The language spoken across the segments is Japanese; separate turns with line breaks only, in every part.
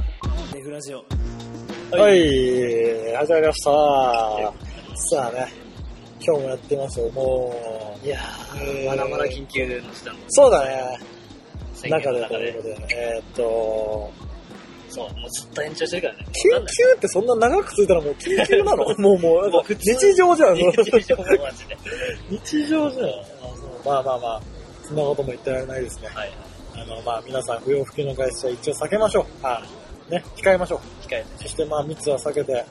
ますよ。
はい、始まりました。さあね、今日もやってますよ、もう。
いやー、まだまだ緊急の下の
そうだね、
宣言
中
の
でと
中
い
で
うこ。とで、えーっと、
そう、もうずっと延長してるからね。
緊 急ってそんな長くついたらもう緊急 なのもうもう、なんか日常じゃん。
緊急マジで。
日常じゃん。まあまあまあ、そんなことも言ってられないですね。
はい。
あの、まあ皆さん不要不急の外出は一応避けましょう。はい。ね、控えましょう。
控えて。
そしてまあ密は避けて、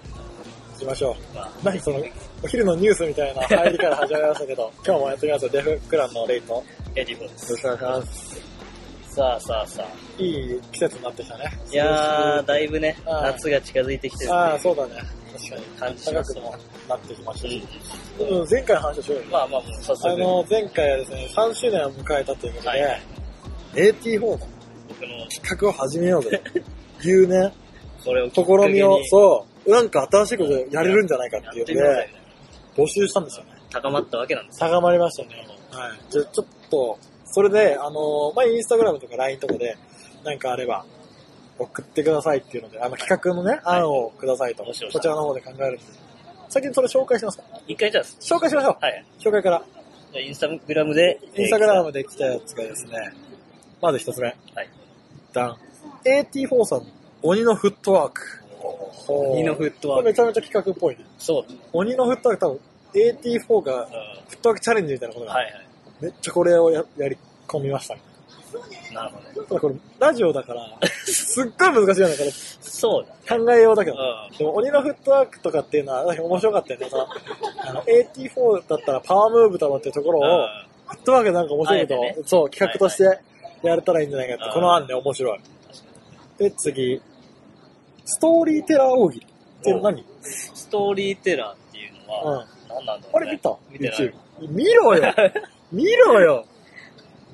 いきましょう。
まあ、
何その、お昼のニュースみたいな入りから始まりましたけ ど、今日もやってみますよ。デフクランのレイト。よ
やりそうです
ろ。しくお願いします。
さあさあさあ。
いい季節になってきたね。
いやー、だいぶね、
あー
夏が近づいてきてる
あ
ね
あ、そうだね。確かに。
感じし
高
ま
く
す
もなってきましたし。
う
うん、前回の話をしようよ
ん。。まあまあ、もう早
あ
速、
の、前回はですね、3周年を迎えたということ
はいは
で
い、
AT4 の
僕の
企画を始めようぜ。 いうね、
これをきっか
試
け
み
に
を、そう、なんか新しいことやれるんじゃないかっ
や
ていう
って
の
みよう
で
ぜ、
募集したんですよね。
高まったわけなんですよ。
高まりましたね。はい。じゃあちょっと、それで、あの、まあ、インスタグラムとか LINE とかで、なんかあれば、送ってくださいっていうので、あの、企画のね、
はい
案をくださいと、
もちろん
こちらの方で考えるんで。先にそれ紹介しますか
一回じゃあ、
紹介しましょう。
はい。
紹介から。
じゃあインスタグラムで。
インスタグラ
ム。
ムで来たやつがですね、まず一つ目。
はい。
ダン。AT4 さん、鬼のフットワーク。
鬼のフットワー
こ
ク。
れめちゃめちゃ企画っぽいね。
そう。うん。
鬼のフットワーク多分 AT4 がフットワークチャレンジみたいなことが、
はいは
めっちゃこれをややり込みましたね。
い。なるほどね。
ただこれ、ラジオだから、 すっごい難しいよね、これ。
そうだ。
考えようだけど。
う
でも、鬼のフットワークとかっていうのは、面白かったよね。そのあの、AT4 だったらパワームーブだろうっていうところ
ん。
を、
う
フットワークなんか面白いことを
あえてね
そう、企画としてやれたらいいんじゃないかって、
うん
この案ね、面白い。で、次、ストーリーテラー大喜利って何
んストーリーテラーっていうの
う
は
ん、
何なんだろ
あ
うね。
れ見た
見てない
YouTube。見 ろよ見ろよ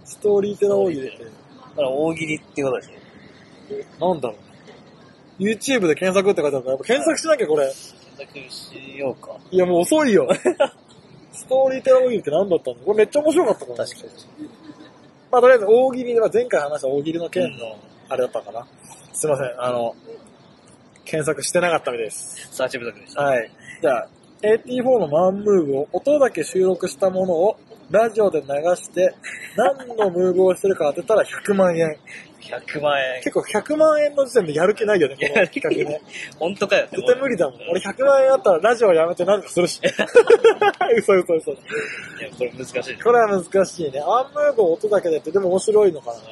ストーリーテラー大喜利って、
だから大喜利ってことですよ。
なんだろう YouTube で検索って書いてあるから、やっぱ検索しなきゃこれ。
検索しようか。
いや、もう遅いよ。 ストーリーテラー大喜利って何だったのこれめっちゃ面白かったから。
確かに。
まあ、とりあえず大喜利は前回話した大喜利の件
う
の、あれだったかな。すいません、あの、検索してなかったみたいです。
サーチ不足でした。
はい。じゃあ、AT4 のマンムーブを音だけ収録したものをラジオで流して何のムーブをしてるか当てたら100万円。
100万円。
結構100万円の時点でやる気ないよね、この企画ね。
本当かよ。
絶対無理だもん。俺100万円あったらラジオやめて何かする し。嘘嘘嘘。
いや、これ難しいです。
これは難しいね。アンムーブを音だけでやって、でも面白いのかな。
うん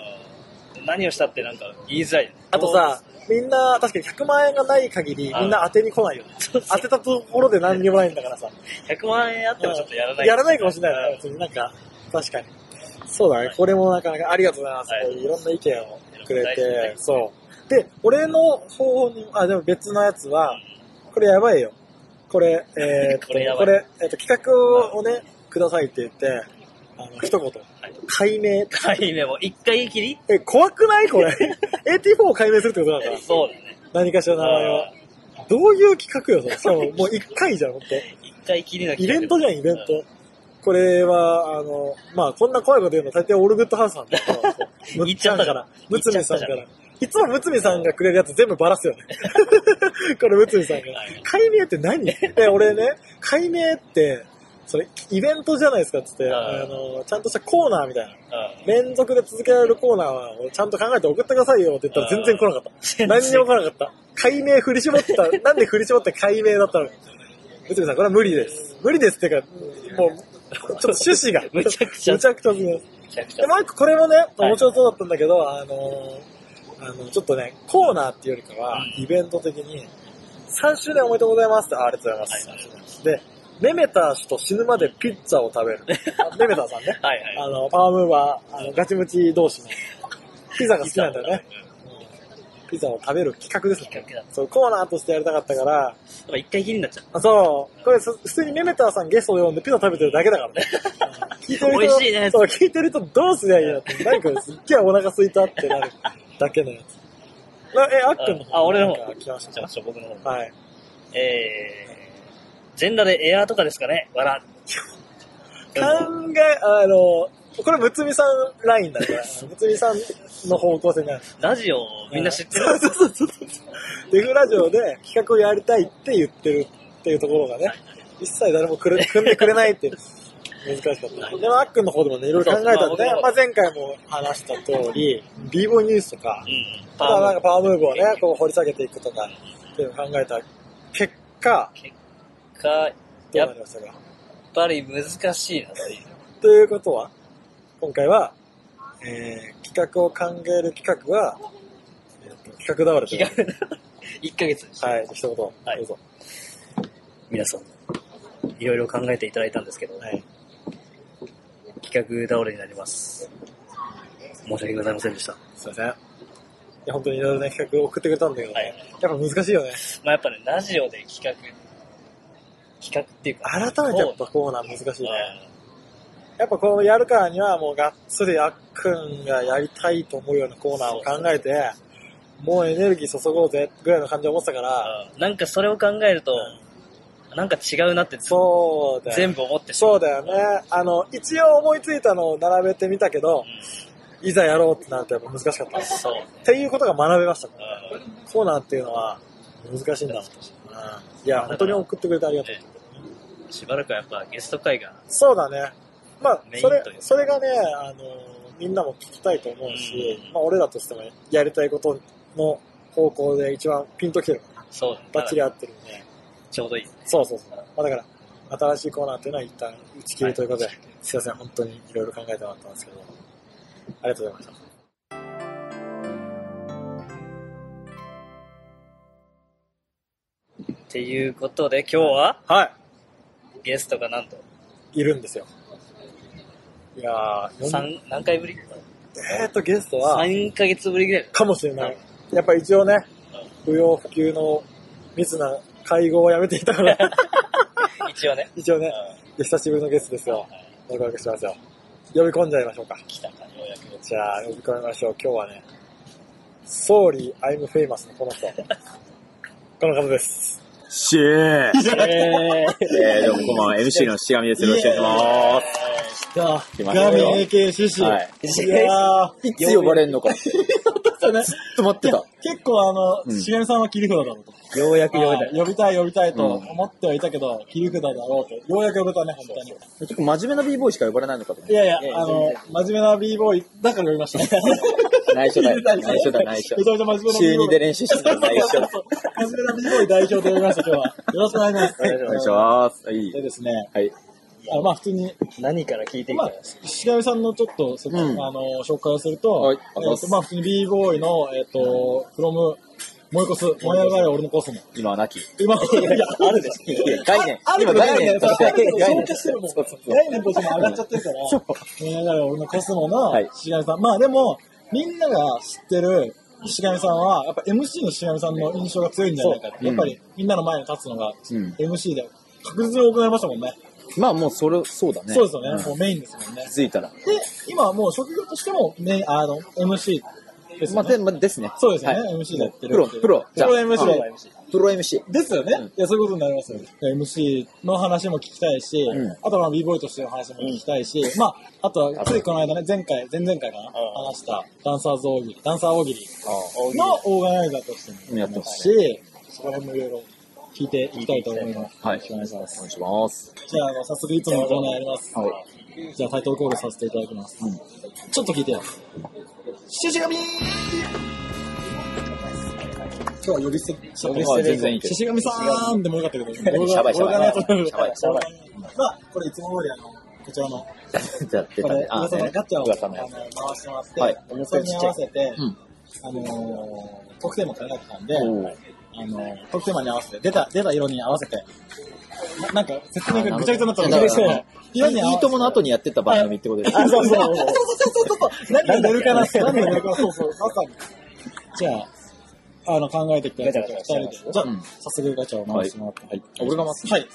何をしたってなんか言いづらい。
あとさ、みんな、確かに100万円がない限り、みんな当てに来ないよね。
そうそ
当てたところで何にもないんだからさ。
う、100万円あってもちょっとやらない。
やらないかもしれないね。別になんか、確かに。そうだね。これもなかなかありがとうございます。
はい
こういういろんな意見をくれ
いろんな大事な意
て
見、
そう。で、俺の方に、あ、でも別のやつは、これやばいよ。これ、えーっと、
これやばい
これ、えーっと、企画をね、くださいって言って、あの、一
は
言、
い
解明。
はい、でも一回きり
え、怖くないこれ。AT4 を解明するってことだから。
そうだね。
何かしらの名前を。
うん
どういう企画よ、それ。しかも、もう一回じゃん、ほんと。
一回きりの
イベントじゃん、イベント。これは、あの、まあこんな怖いこと言うのは大体オールグッドハウスなんだけど、む
言
っ
っち
ちゃ
ゃ
ん
っ
か
た
ら、むつみさんか
言っち
ら。いつもむつみさんがくれるやつ全部ばらすよね。 これむつみさんが
はい。
解明って何え、俺ね、解明って、それ、イベントじゃないですかっつって、
はい
あの、ちゃんとしたコーナーみたいな。
うん
連続で続けられるコーナーは、ちゃんと考えて送ってくださいよって言ったら全然来なかった。
然
何にも来なかった。解明振り 絞った。なんで振り絞って解明だったの内海さん、これは無理です。無理ですっていうか、もう、ちょっと趣旨 が。
むちゃくち ゃ
むちゃくちゃすぎます。
めちゃくちゃ
で、もう一個これもね、
はい
面白そうだったんだけど、あのー、あの、ちょっとね、コーナーっていうよりかは、
うん
イベント的に、3周年おめでとうございますって、あありがとうございます。で、メメター氏と死ぬまでピッツァを 食べる。あメメターさんね。
はいはい。
あの、パワームーバー、あの、ガチムチ同 士の、ピザが好きなんだよね。ピザを食べる企画ですね
企画だ。
そう、コーナーとしてやりたかったから、
やっぱ一回きりになっちゃう。
あそう、これそ普通にメメターさんゲストを呼んでピザ食べてるだけだからね。聞いてる人、
美味しいね
そう、聞いてる人どうすりゃいいのって、なんかすっげえお腹空いたってなるだけのやつ。なえ、あっくんの
あ、俺の
なん
方。
か来まし
じゃ
た
あ、僕の方。
はい。
えー、全裸でエアーとかですかね笑
考え、あの、これ、むつみさんラインだから、むつみさんの方向性になる。
ラジオみんな知ってる
そうそうそうそう。デフラジオで企画をやりたいって言ってるっていうところがね、一切誰もく れ組んでくれないっていう。難しかった。でも、あっくんの方でもね、いろいろ考えたんで、まあ、前回も話した通り、b ボイニュースとか
う、ん。
ただなんかパワームーブをね、こう掘り下げていくとか、っていうのを考えた結果、
か、
ど
や
うな
っ
りましたか
ぱり難しいなっていう。
ということは、今回は、えー、企画を考える企画は、えーと企画倒れということで
1ヶ月でした。
はい、一言、ど
はいう
ぞ。
皆さん、いろいろ考えていただいたんですけど、
はい。
企画倒れになります。申し訳ございませんでした。
すいません。いや、本当にいろいろね、企画を送ってくれたんだけどね、
はい
やっぱ難しいよね。
まあやっぱね、ラジオで企画、企画っていうか、
改めてやっぱコーナー難しいね。
うん
やっぱこうやるからにはもうがっつりあっくんがやりたいと思うようなコーナーを考えて、もうエネルギー注ごうぜぐらいの感じを持ってたから、
うんなんかそれを考えると、なんか違うなってず
そうだよ。
全部思ってしまう。
そうだよね。あの、一応思いついたのを並べてみたけど、いざやろうってなるとやっぱ難しかった。
う
っ
んそうね。
ていうことが学べました。
うん
コーナーっていうのは難しいんだ。うんいや、本当に送ってくれてありがとう。
しばらくはやっぱゲスト会が、
そうだね。まあ、
メイン
それ
という、か
それがね、あの、みんなも聞きたいと思うし、
うん
まあ、俺らとしてもやりたいことの方向で一番ピンときてるから
そう、
バッチリ合ってるんで。
ちょうどいいですね。
そうそうそう。まあ、だから、新しいコーナーっていうのは一旦打ち切りということで、すいません、本当にいろいろ考えてもらったんですけど、ありがとうございました。
っていうことで今日は
は
ゲストがなんと
い、いるんですよ。いやー、よん
三何回ぶり
えーと、ゲストは、
?3 ヶ月ぶりぐらい
かもしれない。やっぱ一応ね、不要不急の密な会合をやめていたから、
だ一応ね。
一応ね、
う
久しぶりのゲストです
ん
よ。ワクワクしますよ。呼び込んじゃいましょうか。
来たか、ようやく。
じゃあ、呼び込みましょう。今日はね、ソーリー・アイム・フェイマスのこの人。 この方です。
シ
え
ェー
ー
えー、どうもこんばんは、MC のしがみです。よろしくお願いし
じゃあ、
来ましたよ
AKCC
はい
いやー、い
ます。いつ呼ばれんのかって。
つ
止まってた。
結構あ
う
の、
ん
しげみさんは切り札だろうと。
ようやく呼ばれ
呼びたい呼びたいと
うん
思ってはいたけど、切り札だろうと。ようやく呼べたね、本当に。
た。結構真面目な b ボーイしか呼ばれないのかと思っ
い
て。
やいや、あの、真面目な b ボーイだから呼びましたね。
内緒 だよ。内緒だ、内緒
め。ちゃめちゃ真面目な b
週
ボ
2
ー
で
イ。
練習してた内緒。
真面目な b ボーイ代表と呼びました、今日は。よろしくお願いします。
お願いします。はい。
でですね、
はい。
あまあ普通に、
何から聞いていい
ま
か
あ、しがみさんのちょっと、説
うん
あの、紹介をすると、
はい
えーとまあ普通に b ボーイの、えっ、と、from もう一個す、燃え上がれ俺のコースも。
今はなき。
今、いや、あるでしょ。
いや概念
あ。る
今
けど
概念として。
概念
概
消
念
化してるもん
そうそうそう
概念としても上がっちゃってるから、燃え上がれ俺のコスモの
はい
しがみさん。まあでも、みんなが知ってるしがみさんは、やっぱ MC のしがみさんの印象が強いんじゃないかって。
そう
やっぱり、みんなの前に立つのが、
うん
MC で確実に行いましたもんね。
まあもうそれ、そうだね。
そうですよね。
ん
もうメインですもんね
気。づいたら。
で、今はもう職業としても、ね、あの、MC です
ま
よ
あで
ね。
まあですね。
そうですよね
はい
MC やってる
プロ、プロ。
プロ MC
じゃあうんプロ MC。
ですよね、
うん
いや、そういうことになりますよ。MC の話も聞きたいし、
うん
あとは b ボーイとしての話も聞きたいし、まあ、あとは、ついこの間ね、前回、前々回かな、
ん
話した、ダンサーズ大喜利、ダンサー大喜利
あ
のオーガナイザーとしても
や
や
っ
ってて
ま
ますすし、そこら辺もいろいろ聞いていきたいと思います。
あはい。
よろしくお願いします。
お願いします。
じゃあ、あの早速いつものコーナーやります。
はい。
じゃあ、タイトルコールさせていただきます。
うん
ちょっと聞いてよ。シュシガミ今日は呼び捨て、
呼び捨てで全然いいけど
シシガミさーんでもよかったけど、
シャバいシャバい
動画ね
シャバいシャバい
まあ、これいつも通りあの、こちらの、
じゃあ、出
こ
た
れ
ね。、
噂のガッチャを、
噂
あ
のや
の
つ
回してもらって、
はい
それに合わせて、
うん
あのー、特典も考えてたんで、
おー
あの、特テーマに合わせて、出た、出た色に合わせて、ななんか説明がぐちゃぐちゃになった
あなるほど
そう色に合わ
い
せ
い
て
ともの後にやってた番組ってことです
あ、 そうそう。そう
う。
そうそうそう。何が出るかなって、何が出るかな、そうそう。まさに。じゃあ、あの、考えてきたやつを
ガチャガ
二
チャ
人で。じゃあ、
うん
早速ガチャを回してもらって。はい。
俺が回す。
はい。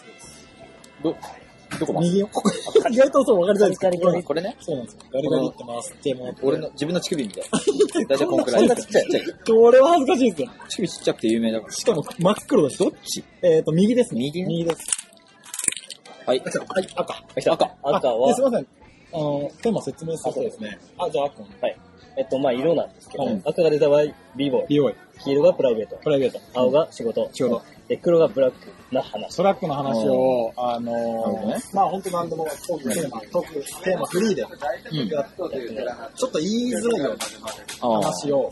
ど、どこ回す
右を、ここ意外とそう分かりづらいです。
これこれね。
そうなんですよ。ガリガリって回してもらって。
俺の、自分の乳首みたい な。大体こんくらい。
こんな
ちっちゃい。ちっちゃい
これは恥ずかしいですよ。
乳首ちっちゃくて有名だから。
しかも真っ黒だし。
どっち
えっと、右ですね。
右ね
右です。
はい。
はい、赤。
赤。赤。
赤
あで
は
すい、ません。あの、テーマ説明するとですね。あ、じゃあ、赤。
はい。えっと、まあ色なんですけど、
うん
赤が出た場合、ビーボーイ。
美容院。
黄色がプライベート。
プライベート。
青が仕事。
仕事。
で、黒がブラックな話。
トラックの話を、あの
ほどね
ー、まあ本当なんでもトークテーマ、トークテーマフリーで
うん
やってね、ちょっと言いづらいような
ああ
話を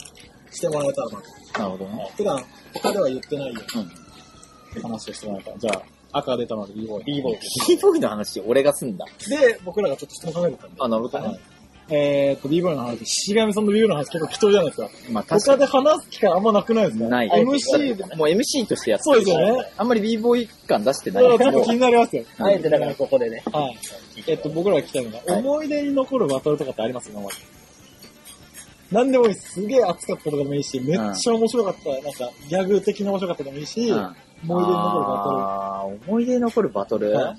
してもらえたらなと。
なるほどね。
普段他では言ってないよ
うん。
うな話をしてもらえたら。じゃあ、赤が出たので B ボーイ。
B ボーイ。
キーボーイの話、俺がすんだ。
で、僕らがちょっと質問考えてたんで。
あ、なるほど
は
ね
い。えーっと、B ボーイの話、死神さんの B ボーイの話結構貴重じゃないですか。
まあ、確か
他
に。
で話す機会あんまなくないですか
ない。
MC で。
もう MC としてやって
そう
る
ですよね。
あんまり b ボーイ感出してな
だ
い
から結
けど
構気になりますよ。
あえてだからここでね。
はい。えっと、僕らが聞きたいのが、
はい
思い出に残るバトルとかってあります今まで。なんでもいいです。すげえ熱かったとかでもいいし、めっちゃ面白かった、なんか、ギャグ的に面白かったでもいいし、
うん
思い出に残るバ
あー思い出に残るバトル、
はい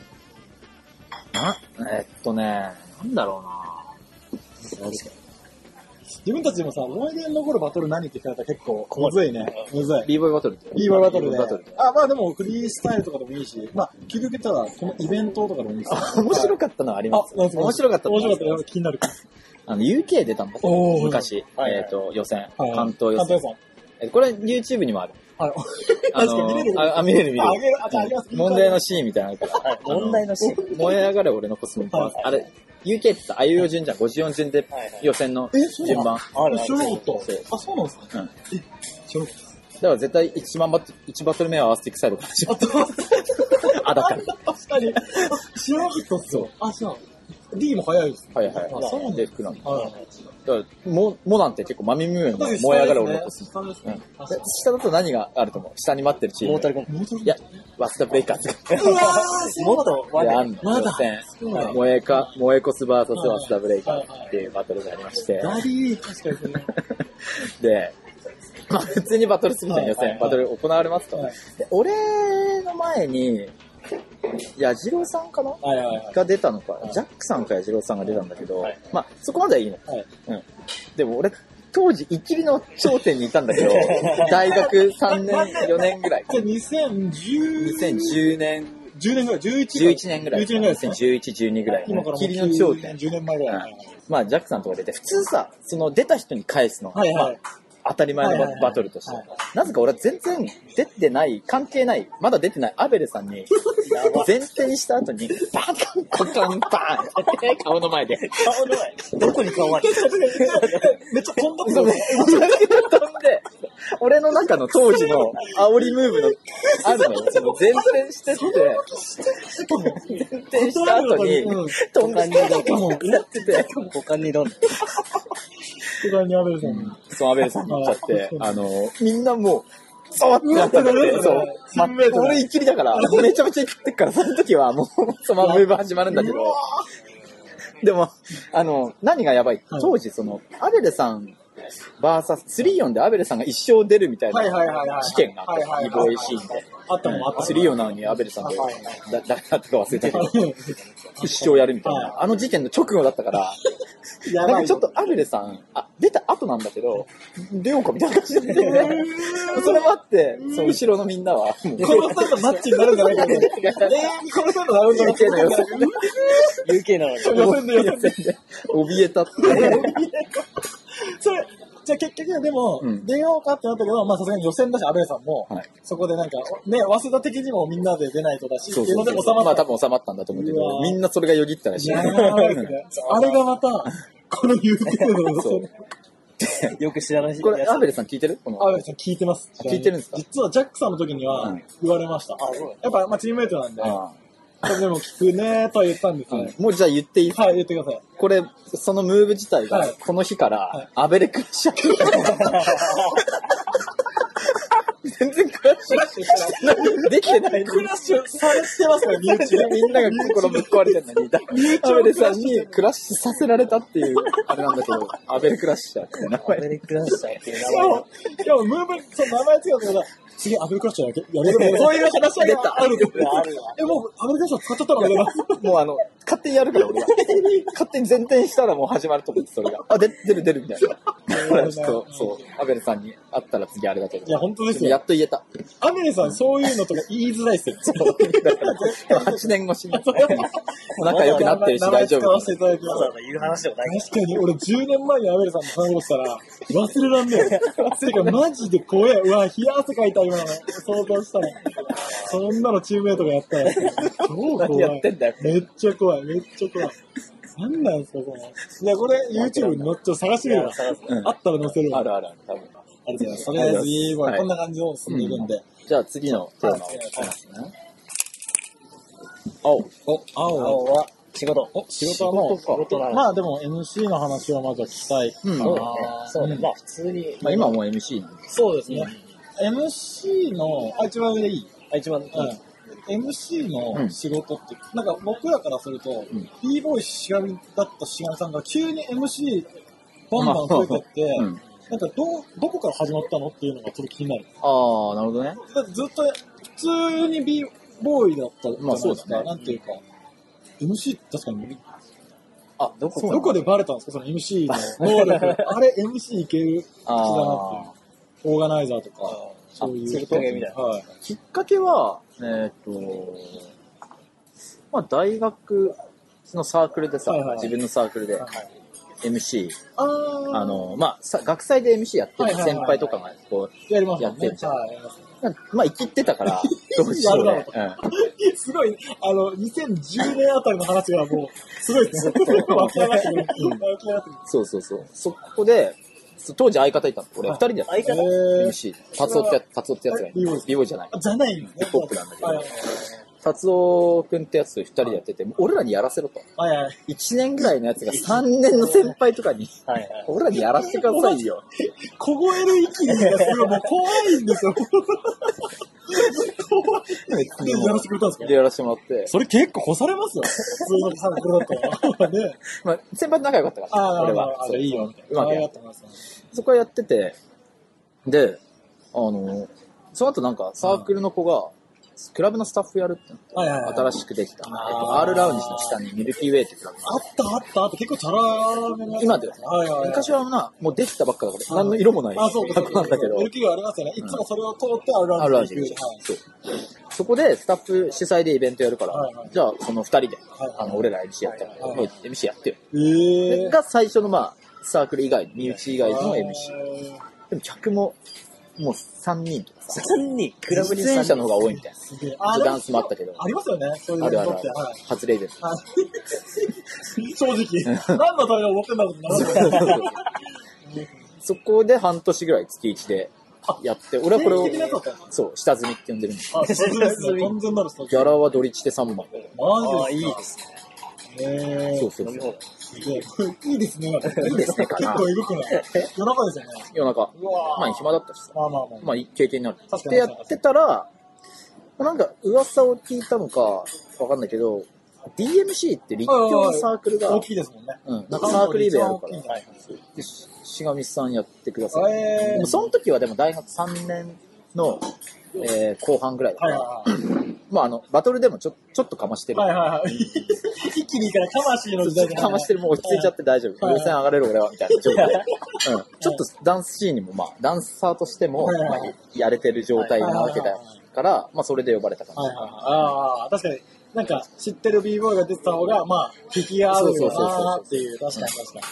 な、えっとね、なんだろうな
トル。自分たちでもさ、思い出に残るバトル何って聞かれたら結構、むずいね。むずい。
b ボーイバトルって。
いいバトル
B-boy
で。
バトルで。
あ、まあでも、フリースタイルとかでもいいし、まあ、究極言ったら、このイベントとかでもいいです。
あ面白かったのはあり
あ
ます。、面白かったの
面
はあり
白
ます
かった。気になる。
あの、UK 出たんだ
おー
昔、
はいはい
えっ、と、予選、
はい
関東予
関
選
東。予選。
えこれ YouTube にもある。
はい。
あ
確か
の
に見れる
ああ、見れる見
ああげ
れ
る
る。
あじゃああげます
問題のシーンみたいなのあるから。問題のシーン燃え上がれ俺のコスモパンツ。あれ、UK ってさ、あいうえお順じゃん。54順で予選の
え、そう
順
なの
番。
あれ、知らなかっ
そう
た。あ、そうなんですか
う
え、
ん
知らなかっ
だから絶対一番バト一バトル目は合わせていくサイドから始まった。 あ、だから。
た。確かに。知らなかったっすよ。あ、そう D も早いです。
はいはい。
あそうなんだ
で、服なんだ。
はい。
だから、も、もなんて結構まみむような燃え上がれ俺のコスモ。
下です
うん
ね
で。下だと何があると思う下に待ってるチーム。
モータルコン
モータル
いや、ワスダブレイカーズが。
うわー
もっと
で、あ
わ
んの。
まだ
予選
そうなんだ
萌えか、萌えコスバーサスワスダブレイカーっていうバトルがありまして。
ダリー、確かですね。
で、まあ普通にバトルするじゃん、
はい
予
はいは
選。
い
バトル行われますと。
はい
で、俺の前に、矢次郎さんかな
はいはいはい。
が出たのか、ジャックさんか矢次郎さんが出たんだけど、
はい
まあそこまではいいの。
はい
うん、でも俺、当時、一りの頂点にいたんだけ ど、大学3年、4年ぐらい。
これ2010
2010年、
10年ぐらい、11
11年ぐらい。
11年ぐらいですね。
2011、12ぐらい。
今からもう
一りの頂点。
10年前ぐらい。はい
まあ、ジャックさんとか出て、普通さ、その出た人に返すの、
はい
ま
は
あ
い。
当たり前の
はい
バ
はいはい
バトルとして
はい。
なぜか俺は全然出てない、関係ない、まだ出てないアベルさんに、前転した後に、バカンコカンバーンって顔の前で。
どこに顔がある
めっちゃ飛んだってたね。
飛んで、俺の中の当時の煽りムーブの、あるのよ。その前転してって、前転した後に、飛んだになってて、
股間にどん
手紙にアベルさんに。
そのアベルさんに行っちゃって、あの、みんなもう、ざわってなったんだっ
うわってなる
て、そう。ま
チームメイトだ
俺一気にだから、めちゃめちゃ食ってっから、その時は もう、そのままムーブ始まるんだけど。でも、あの、何がやばい
はい
当時、その、アベルさん、バーサス、3-4でアベルさんが一生出るみたいな
はいはいはいはい
事件があったの。
はいはいはい
イボイシーンで。
あったもん、あったもん。
3-4なのにアベルさんで
はいはいはい、
だ誰だったか忘れたけど、一生やるみたい
はい
な。あの事件の直後だったから、
や
なん
ば
か
い。
ちょっとアベレさん、あ、出た後なんだけど、出ようかみたいな感じで、それもあって、その後ろのみんなは、もう、
この人とマッチになるんじゃないかと思って。え ー、この人となるんじゃないか
UK の予選で、
?UK なのに。
予選で予選で。
怯えたって。
それ、じゃあ結局でも、
うん
出ようかってなったけど、まあさすがに予選だし、安倍さんも、
はい
そこでなんか、ね、早稲田的にもみんなで出ないとだし、
そうそう
っていので
そ
収
う。ま
ま
あ
った
多。分収まったんだと思うけ
うわ
ど、
ー
みんなそれがよぎったらしい。
やばいですねあれがまた、この YouTube の予
そ
選
う。
よく知らない人
これ、アベレさん聞いてるこの
安倍さん聞いてます。
聞いてるんですか
実はジャックさんの時に
う
は
ん
言われました。やっぱ、まあチームメイトなんで、
あ
でも聞くねーとは言ったんです
あ
よ、
うんもうじゃあ言っていい
はい、言ってください。
これ、そのムーブ自体
は
が
い、
この日か
は
ら
い、
アベレクラッシャー。 全然クラッシュできてない。
クラッシュされて ますから、身内で。
みんなが心ぶっ壊れてるのに、アベレさんにクラッシュさせられたっていう、あれなんだけど、アベレクラッシャーって名
ア
前。
メリカンシャーっていう
しかも、しかもムーブ、その名前つけたから、次アベルクラッシャーや けやめる。そういう話があるんですよ。え、もうアベルクラッシャー使っちゃったのかな
もうあの、勝手にやるから、俺 は。勝手に前転したらもう始まると思って、それが。あ、で出る出るみたいな。ほら、ちょっと、そう、アベルさんに会ったら次あれだけど。
いや、本当です
や
よ。
っと言えた。
アメリさん、そういうのとか言いづらいっすよ。
だから、8年越しに。仲良くなってるし大丈
名前使わ
夫
せ。ていただきま
わざわざ言う話でもないから
す。確かに、俺10年前にアメリさんと話をしたら、忘れらんねえ。てか、マジで怖え。うわ、冷や汗かいた、今の。想像したら。そんなのチームメイトがやったら。超
何
怖
やっ
い
て。んだよ。
めっちゃ怖い、めっちゃ怖い。なんなんすか、この。いや、これ、YouTube に載っちゃう探してみよう。あったら載せるわ。
あ
あり
るあるある、多分。
がとうございます。とりあえず、今、
はい
こんな感じの進んでいくんで。
じゃあ次のテーマを聞きますね。青。
お、青は
青は仕事。
お、仕事はもう、
仕事なの
まあでも MC の話はまずは聞きたいかな。
うん
そうだね。そうだ
う
ね。
ん
まあ普通に。
まあ今はもう MC なんです。
そうですね。MC の、あ、一番上でいい
あ、一番、うん
うん。MC の仕事って、なんか僕らからすると、
ん
b ボーイしがみだったしがみさんが急に MC バンバン増えてって、
うん。
なんかどう、どこから始まったのっていうのがちょっと気になる。
ああ、なるほどね。
だってずっと普通に b ボーイだったじゃないですか。
まあそうですね
なんていうか、MC 確かに
あ、どこ
どこでバレたんですかその MC の能力。あれ MC いける口だな
あ
っていう。オーガナイザーとか、そういう。
そういうことみたいな
はい。
きっかけは、えーっ、と、まあ大学のサークルでさ、
はいはい
自分のサークルで
はいは
MC、
あー
あ、の、まあさ学祭で MC やって
はい
る
はいはい
先輩とかが、こ
やりますも
やって
ね
んじゃん
はいやります
う、なんかまあ生きてた から、どうしようね。うん
すごい、あの、2010年あたりの話がもう、すごいずっと湧き上がってくる。湧き上がってく
そうそうそう。そこで、そ当時相方いたの。俺二人でやってた。
る。えー
MC。達夫ってやつ、達夫ってやつがい
ビーボーイ
る。ビーボーイじゃない。
あじゃないのね。
ポップなんだけど
はい
達夫くんってやつと二人でやってて、俺らにやらせろと。
はいはい。
一年ぐらいのやつが三年の先輩とかに、
はいはい。
俺らにやらせてくださいよ。
凍える息がすごい、もう怖いんですよ。怖い。で、やらせてくれたんですか
でやらせてもらって、
それ結構干されますよ。普通のサークルだったら。ね。
まあ、先輩と仲良かったから、
ああ、
俺
あ
は。
あ
そう
れいいよ、みたいうな。
まく
ああ
や
や
っ
ってます。
そこはやってて、で、あの、その後なんかサークルの子が、クラブのスタッフやるってなって
はいはいはい。
新しくできた。えっと
あー
R ラウンジの下にミルキーウェイってクラブが
あったあったあった。結構チャラめな。
今だよ
はいはいはい。
昔はな、もうできたばっかだから、
はい
何の色もない
あ、そうか。
箱なんだけど
や、る気がありますよね。いつもそれを通ってある
あ
あ
るあ
る
る
行く。
そう。そこでスタッフ主催でイベントやるから
はいはい、
じゃあその二人で
はい、
あの、俺ら MC やったから、
はい
もう MC やってよ。
ええ。
が最初のまあ、サークル以外、身内以外の MC。でも客も、もう3人とかさ、
3人、クラブに
出演者の方が多いみたいな。
すげえ。
ちょっとダンスもあったたけど、
ありますよね。そういう
あるある
の
あ
って
る
はい。。
初レイベ ント。
はい正直、何のためが思ってんだろうってなる。
そこで半年ぐらい月1でやって、俺はこれ
定期的なやつだった
を、そう、下積みって呼んでるんです
あ、そうですね。完全なる人。
ギャラはドリチで3万。
マ
あ、い
ジ
い
で
ですすね。
か。ええ
そうそう
飲み
そう。
放題。
すげえいいですね。いい
ですねかな
結構エグくない夜中ですよね。
夜中。
うわー
まあ暇だったしさ。
まあまあまあ。
まあいい経験になる。
確か
で
に
やってたら、なんか噂を聞いたのかわかんないけど、DMC って立教のサークルが、
大きいですもんね。
うん、なんかサークルイベントや
大きい
る
ん
か
じゃない
ら、でししがみさんやってください。
えー
でもその時はでも大学3年の、えー後半ぐらいだか
はい
ら、
はいはい。
まああの、バトルでもちょちょっとかましてる。
はいはいはい。一気にいいから、魂の時代じゃない
かましてる、もう落ち着いちゃって大丈夫。
はい
優先上がれる俺は、みたいな状態。うん。ちょっとダンスシーンにも、まあ、ダンサーとしても、
はい
ま
は
あ
いはい、
やれてる状態なわけだから、まあ、それで呼ばれた感
はいはい
じ。
はい。ああ、確かに。なんか、知ってる b ボーイが出てた方が、まあ、引きがあるよなーっていう。確かに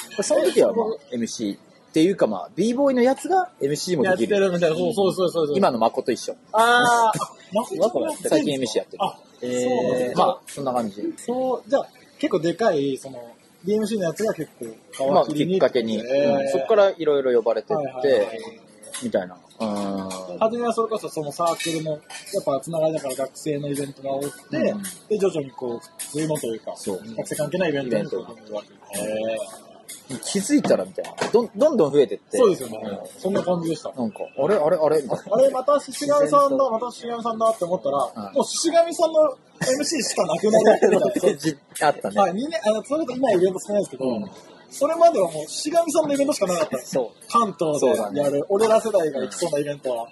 確か
その時は、まあ、MC っていうか、まあ、b ボーイのやつが MC も
に。やっ
で
て
きる。
るみたいな。そうそうそうそうそう。
今のマコと一緒。
ああ、マ
マコが最近 MC やってる。
あ、そうなんですね
まあ、そんな感じ。
そう、じゃあ、結構でかい、その、DMC のやつが結構、
まあ、きっかけに。うんそこかららいろいろ呼ばれて
はい
っ
はいはい
て、みたいな。うん。
初めはそれこそそのサークルの、やっぱつながりだから学生のイベントが多くて、
うん
で、徐々にこう、普通のというか、
そう
学生関係ないイベントにこうどんどんどん
気づいたら、みたいな。どんどんどん増えてって。
そうですよね、
うん
そんな感じでした。
なんか、あれあれあれみたいな。
あれ、また獅子神さんだ、また獅子神さんだって思ったら、
うん
もう獅子神さんの MC しかなくなってたんですよ
じあった
はい、
ね。
みんな、あの、それと今イベント少ないですけど、
うん
それまではもう獅子神さんのイベントしかなかったんです
そ
関東
そうだ
で
ね
やる、俺ら世代が行きそうなイベントは、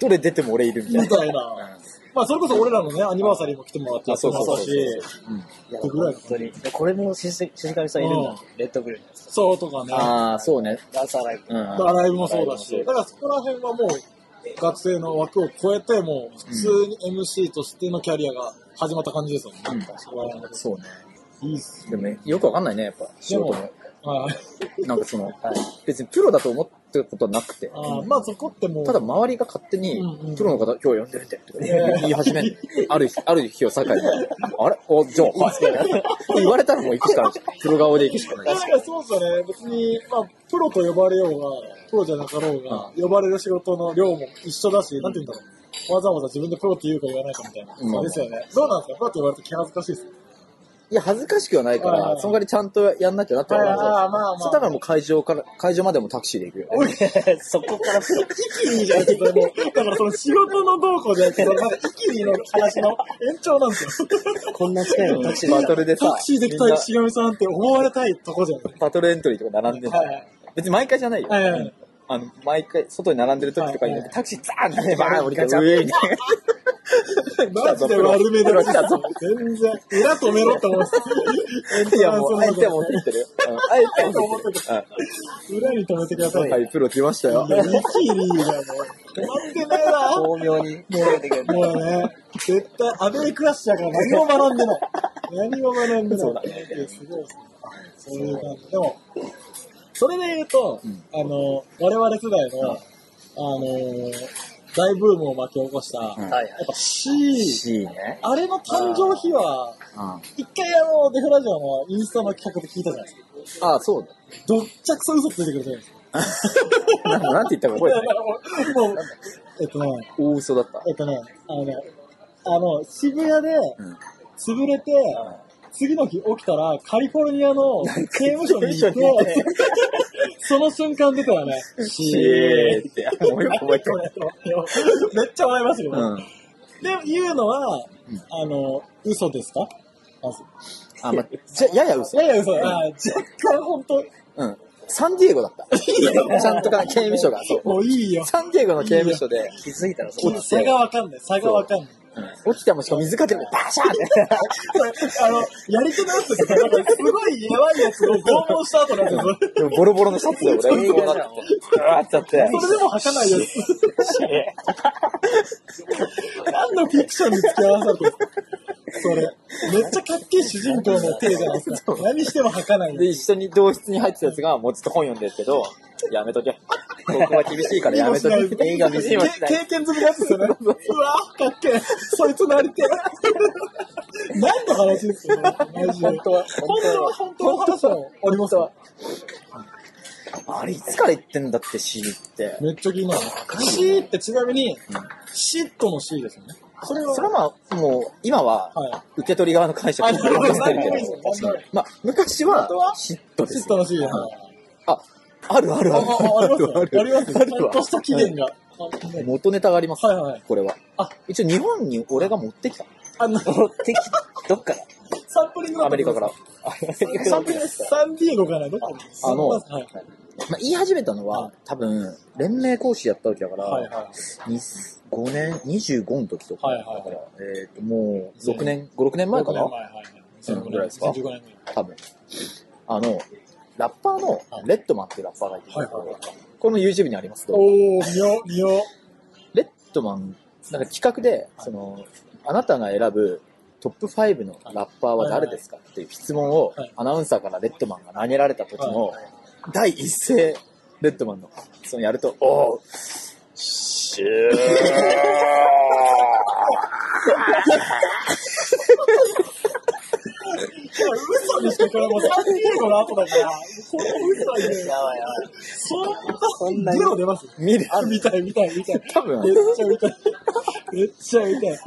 どれ出ても俺いるみたい
み
な。
たいな。まあ、それこそ俺らのね、アニバーサリーも来てもらって
あそうそうそう
やってましたし
いや、
どれぐらい
本当に。でこれもしずしずかみさんいるんだって、レッドブルに。
そうとかね。
ああ、そうね。
ダンサーライブ。
うん。
だからライブもそうだし、
ライ
だ
ブも
からそこら辺はもう、学生の枠を超えて、もう、普通に MC としてのキャリアが始まった感じですよね。
うん
そこら辺のこと
そうね。
いいっす。
でもね、よくわかんないね、やっぱ、仕事も。
あ
なんかその、別にプロだと思ってることはなくて、
あまあ、そこってもう、
ただ周りが勝手に
うんうん、
プロの方、今日呼んでるって、とか言い始める。ある日、ある日を境に、あれお、じゃあ、はい。言われたらもう行くしかないじゃん。プロ顔で行くしかない
確
し。
かにそうですよね。別に、まあ、プロと呼ばれようが、プロじゃなかろうが、呼ばれる仕事の量も一緒だし、なんて言うんだろう。わざわざ自分でプロって言うか言わないかみたいな。
うん
そうですよね。どうなんですかプロって言われると気恥ずかしいです。
いや、恥ずかしくはないか
はいはい
ら、その代わりちゃんとやんなきゃなって思う。
はいはいまあまあ
そうだからもう会場から、会場までもタクシーで行くよ。
そこからプロ。
いいじゃないですか、もう。だからその仕事の動向じゃなくて、その一気にの話の延長なんですよ。
こんな近いのタクシーで
バ
来た
トルでさ
タ、クシーで来
みん
た
な
しがみさんって思われたいとこじゃない
パトルエントリーとか並んで
はい
る別に毎回じゃないよ。
はいはいはい。
あの、毎回、外に並んでる時とか
はい
に
は、い
タクシーザーンってバーン降りて、上に。
マジで悪めだったぞ。全然。裏止めろって思って
いや、もう、あえて持ってきてるよ。 うんあえて持ってきてる。
た。裏に止めてくださ
う
い
ん。はい、プロ来ましたよ
い。や、ミキリーがもう、止まってねえな。
巧妙に見られてくる。
もうね、絶対、アベイクラッシャーから何も学んでない。何も学んでない。
そうだ
いやすごいですね。そういう感じ。でも、それで言うと、
ん
あの、我々世代の、あの、大ブームを巻き起こした、
ん
やっ
はいはい。
ぱ C、
C ね。
あれの誕生秘話、
あ
一回あの、デフラジオのインスタの企画で聞いたじゃないですか。
あ、そう
どっちゃくそ嘘ついてくれてるんですよ
だ。ななんて言ったか覚えてな い。
もう、えっとね、
大嘘だった。
えっとね、あのね、あの、渋谷で
うん
潰れて、次の日起きたら、カリフォルニアの刑務所に行って
刑務所にいて、
その瞬間出たらね、
C って、もうよく覚えてない。
めっちゃ笑いましたけ
う
ど、
ん。
で、言うのは、あの、嘘ですかまず
あ、ま、じゃ、やや嘘
い。やいや、嘘。あ若干本当、
うん。サンディエゴだった。ちゃんとか、刑務所が。そう。
もういいよ。
サンディエゴの刑務所で、
気づいたらそ
落
う
ち
差
て
が、わかんない。差がわかんない。
うん落ちてもしかも水かけて、バシャーって。
あの、やり手のやつって、なんかすごいやばいやつを拷問した後のやつ。
でもボロボロのシャツで俺、こうなって、うわーっちゃって。
それでも吐かないやつ。何のフィクションに付き合わされてるんですかそれ。めっちゃかっけえ主人公の手じゃないですか。何しても吐かないや
で、
つ。
一緒に同室に入ってたやつが、もうずっと本読んでるけど、やめとけ。ここは厳しいからやめとけ。映画見せもしない。
経験済みのやつですよね。うわかっけえ。そいつなりてえ。何の話ですかマジで。本当は、本当は、本当は、ありますわ。
あれ、いつから言ってんだって、死にって。
めっちゃ気になる。C ってちなみに、嫉妬の C ですよね。
それは、まあ、もう、今は、
はい。
受け取り側の解釈
あ、
に
なるほど。
任せてる
何
け
です
ど、
か
まあ、昔は
本当は、
嫉妬です
嫉。妬の C です。
あ、あるある
あ
あ
ああり
る。
ますよ。ありますよ。
あ
ち
る
ゃん
わ
とした期限が。
元ネタがあります
はいはい。
これは
あ。
一応、日本に俺が持ってきた。
あの、
持ってきどっから
サンプリングだ
アメリカから。。
サンプリング、サンディエゴからどこ
あの
はい
まあ、言い始めたのは、多分、連盟講師やった時だか
はい
ら、
は
に5年、25の時とか、
はい
だ
はい
から、えっ、と、もう、6年、5、6年
い。
前かな
はいはい2015
うんぐらいですか
2015年ぐらい。
多分。あの、ラッパーの、レッドマンっていうラッパーがいて、
はいはいはい
この YouTube にありますと、
おー、見よう、見よ
レッドマン、なんか企画で、その、あなたが選ぶトップ5のラッパーは誰ですかっていう質問を
はい、
アナウンサーからレッドマンが投げられた時の、第一声、レッドマンの、そのやると、おー、シュー
う。嘘にして、これもうサンディエゴの後だから、これ嘘は言えない。
やばいやばい。
そ
そ
ん
ん
な、
な
ゼロ出ます
見る。
見たい見たい見たい。
多分
めっちゃ見たい。めっちゃ見たい。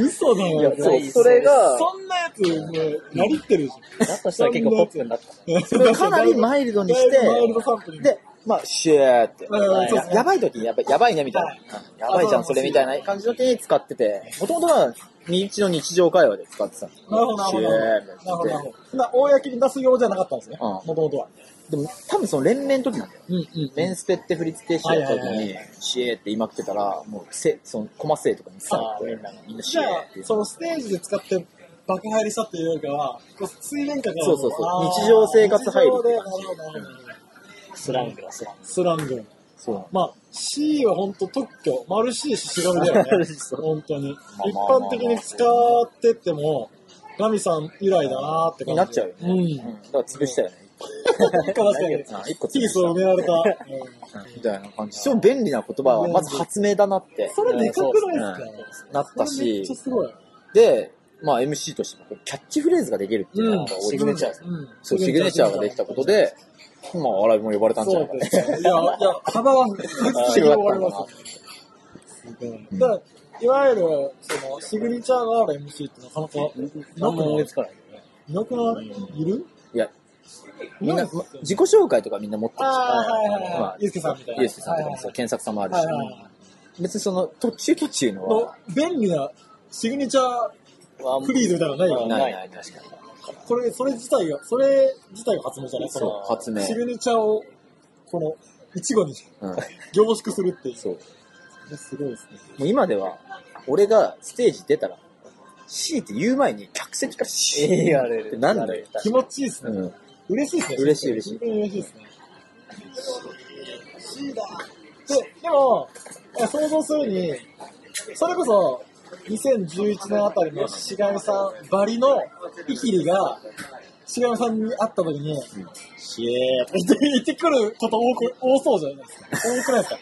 嘘だよ。
やそう
それが、
そんなやつ、もう、なりってるでし
だとしたら結構ポップになった。
ょ。
それをかなりマイルドに
だ
し
いぶマイルド
て、
サンプリング
で、まあ、シューって。
うんうんそうですね
ややばい時にやばい、やばいね、みたい
はい
な。やばいじゃん、それみたいな感じの時に使ってて、もともとは、日の日常会話で使ってたんです
なるほど、なるほど。なるほど、なるほど。公に出すようじゃなかったんですね。
うん
もともとは。
でも、多分その連名の時なんだよ。
うんうん。
メンスペって振り付けしやった時
はいはい
に、シエーって言いまくってたら、もう、せ、その、コマ生とかにさ
あ、ー
みんながみんなシ
じ
エ
ゃ
ー
あ
って、言う。
そのステージで使って爆入りしたっていうよりかは、こう水面下から
そうそうそう日常生活入
日
る
常でなるほどなるほど
スラングだ、スラン
スラング。
そう。
まあ、C は本当特許、丸 C しがみ だよね。本当に。一
まあまあま
般
あ
的に使ってっても、ガミさん以来だなーって感じ。
になっちゃうよね。
うん。
うん。だから潰したよね。
確かに。
うん一個
ティ
潰
ー
し
スを埋めら れた。
た。うんみたいな感じ。非常に便利な言葉は、まず発明だなって。
それでかく
うん
ないですか
なった
それめっ
し
ちゃ、すごい。
で、まあ MC としてもキャッチフレーズができるっていうのが
うん
シグネチャーですね。
うん
そう、シグネチャーができたことで、まあ、笑いも呼ばれたんじゃ
そ
ないうか
ですね。いや、いや、幅が
な。
広がりますね。だからいわゆる、その、シグネチャーのある MC ってなかなか、
グ。何も思いつかない。
いなくないいる
いや、みん
いな
な
いですよ、
自己紹介とかみんな持ってるし、
ああ、はいはい
ま
はい。
あ
ゆうすけさんみたいな。
イエスさんとかもそう、検索さんもある
はいはいはい
し、別にその、途中途中の
の
は、
便利なシグネチャーフリーズみたいなのないよね。
ないない、確かに。
これ、それ自体が、それ自体が発明じゃない
そう、
の
発明。
シグネチャーを、この、一語に
うん。
凝縮するっていう。
そう。
すごいですね。
もう今では、俺がステージ出たら、C って言う前に客席からシー
言われる。
なんだよ
気持ちいいですね。
うん。
嬉しいですね。
嬉しい嬉し
本
い
当に嬉しいですね。嬉しいだ。で、でも、想像するに、それこそ、2011年あたりのしがみさんばりのイキリが、しがみさんに会った時に、シエーとか言って言ってくること多く多そうじゃないですか。多くないですか。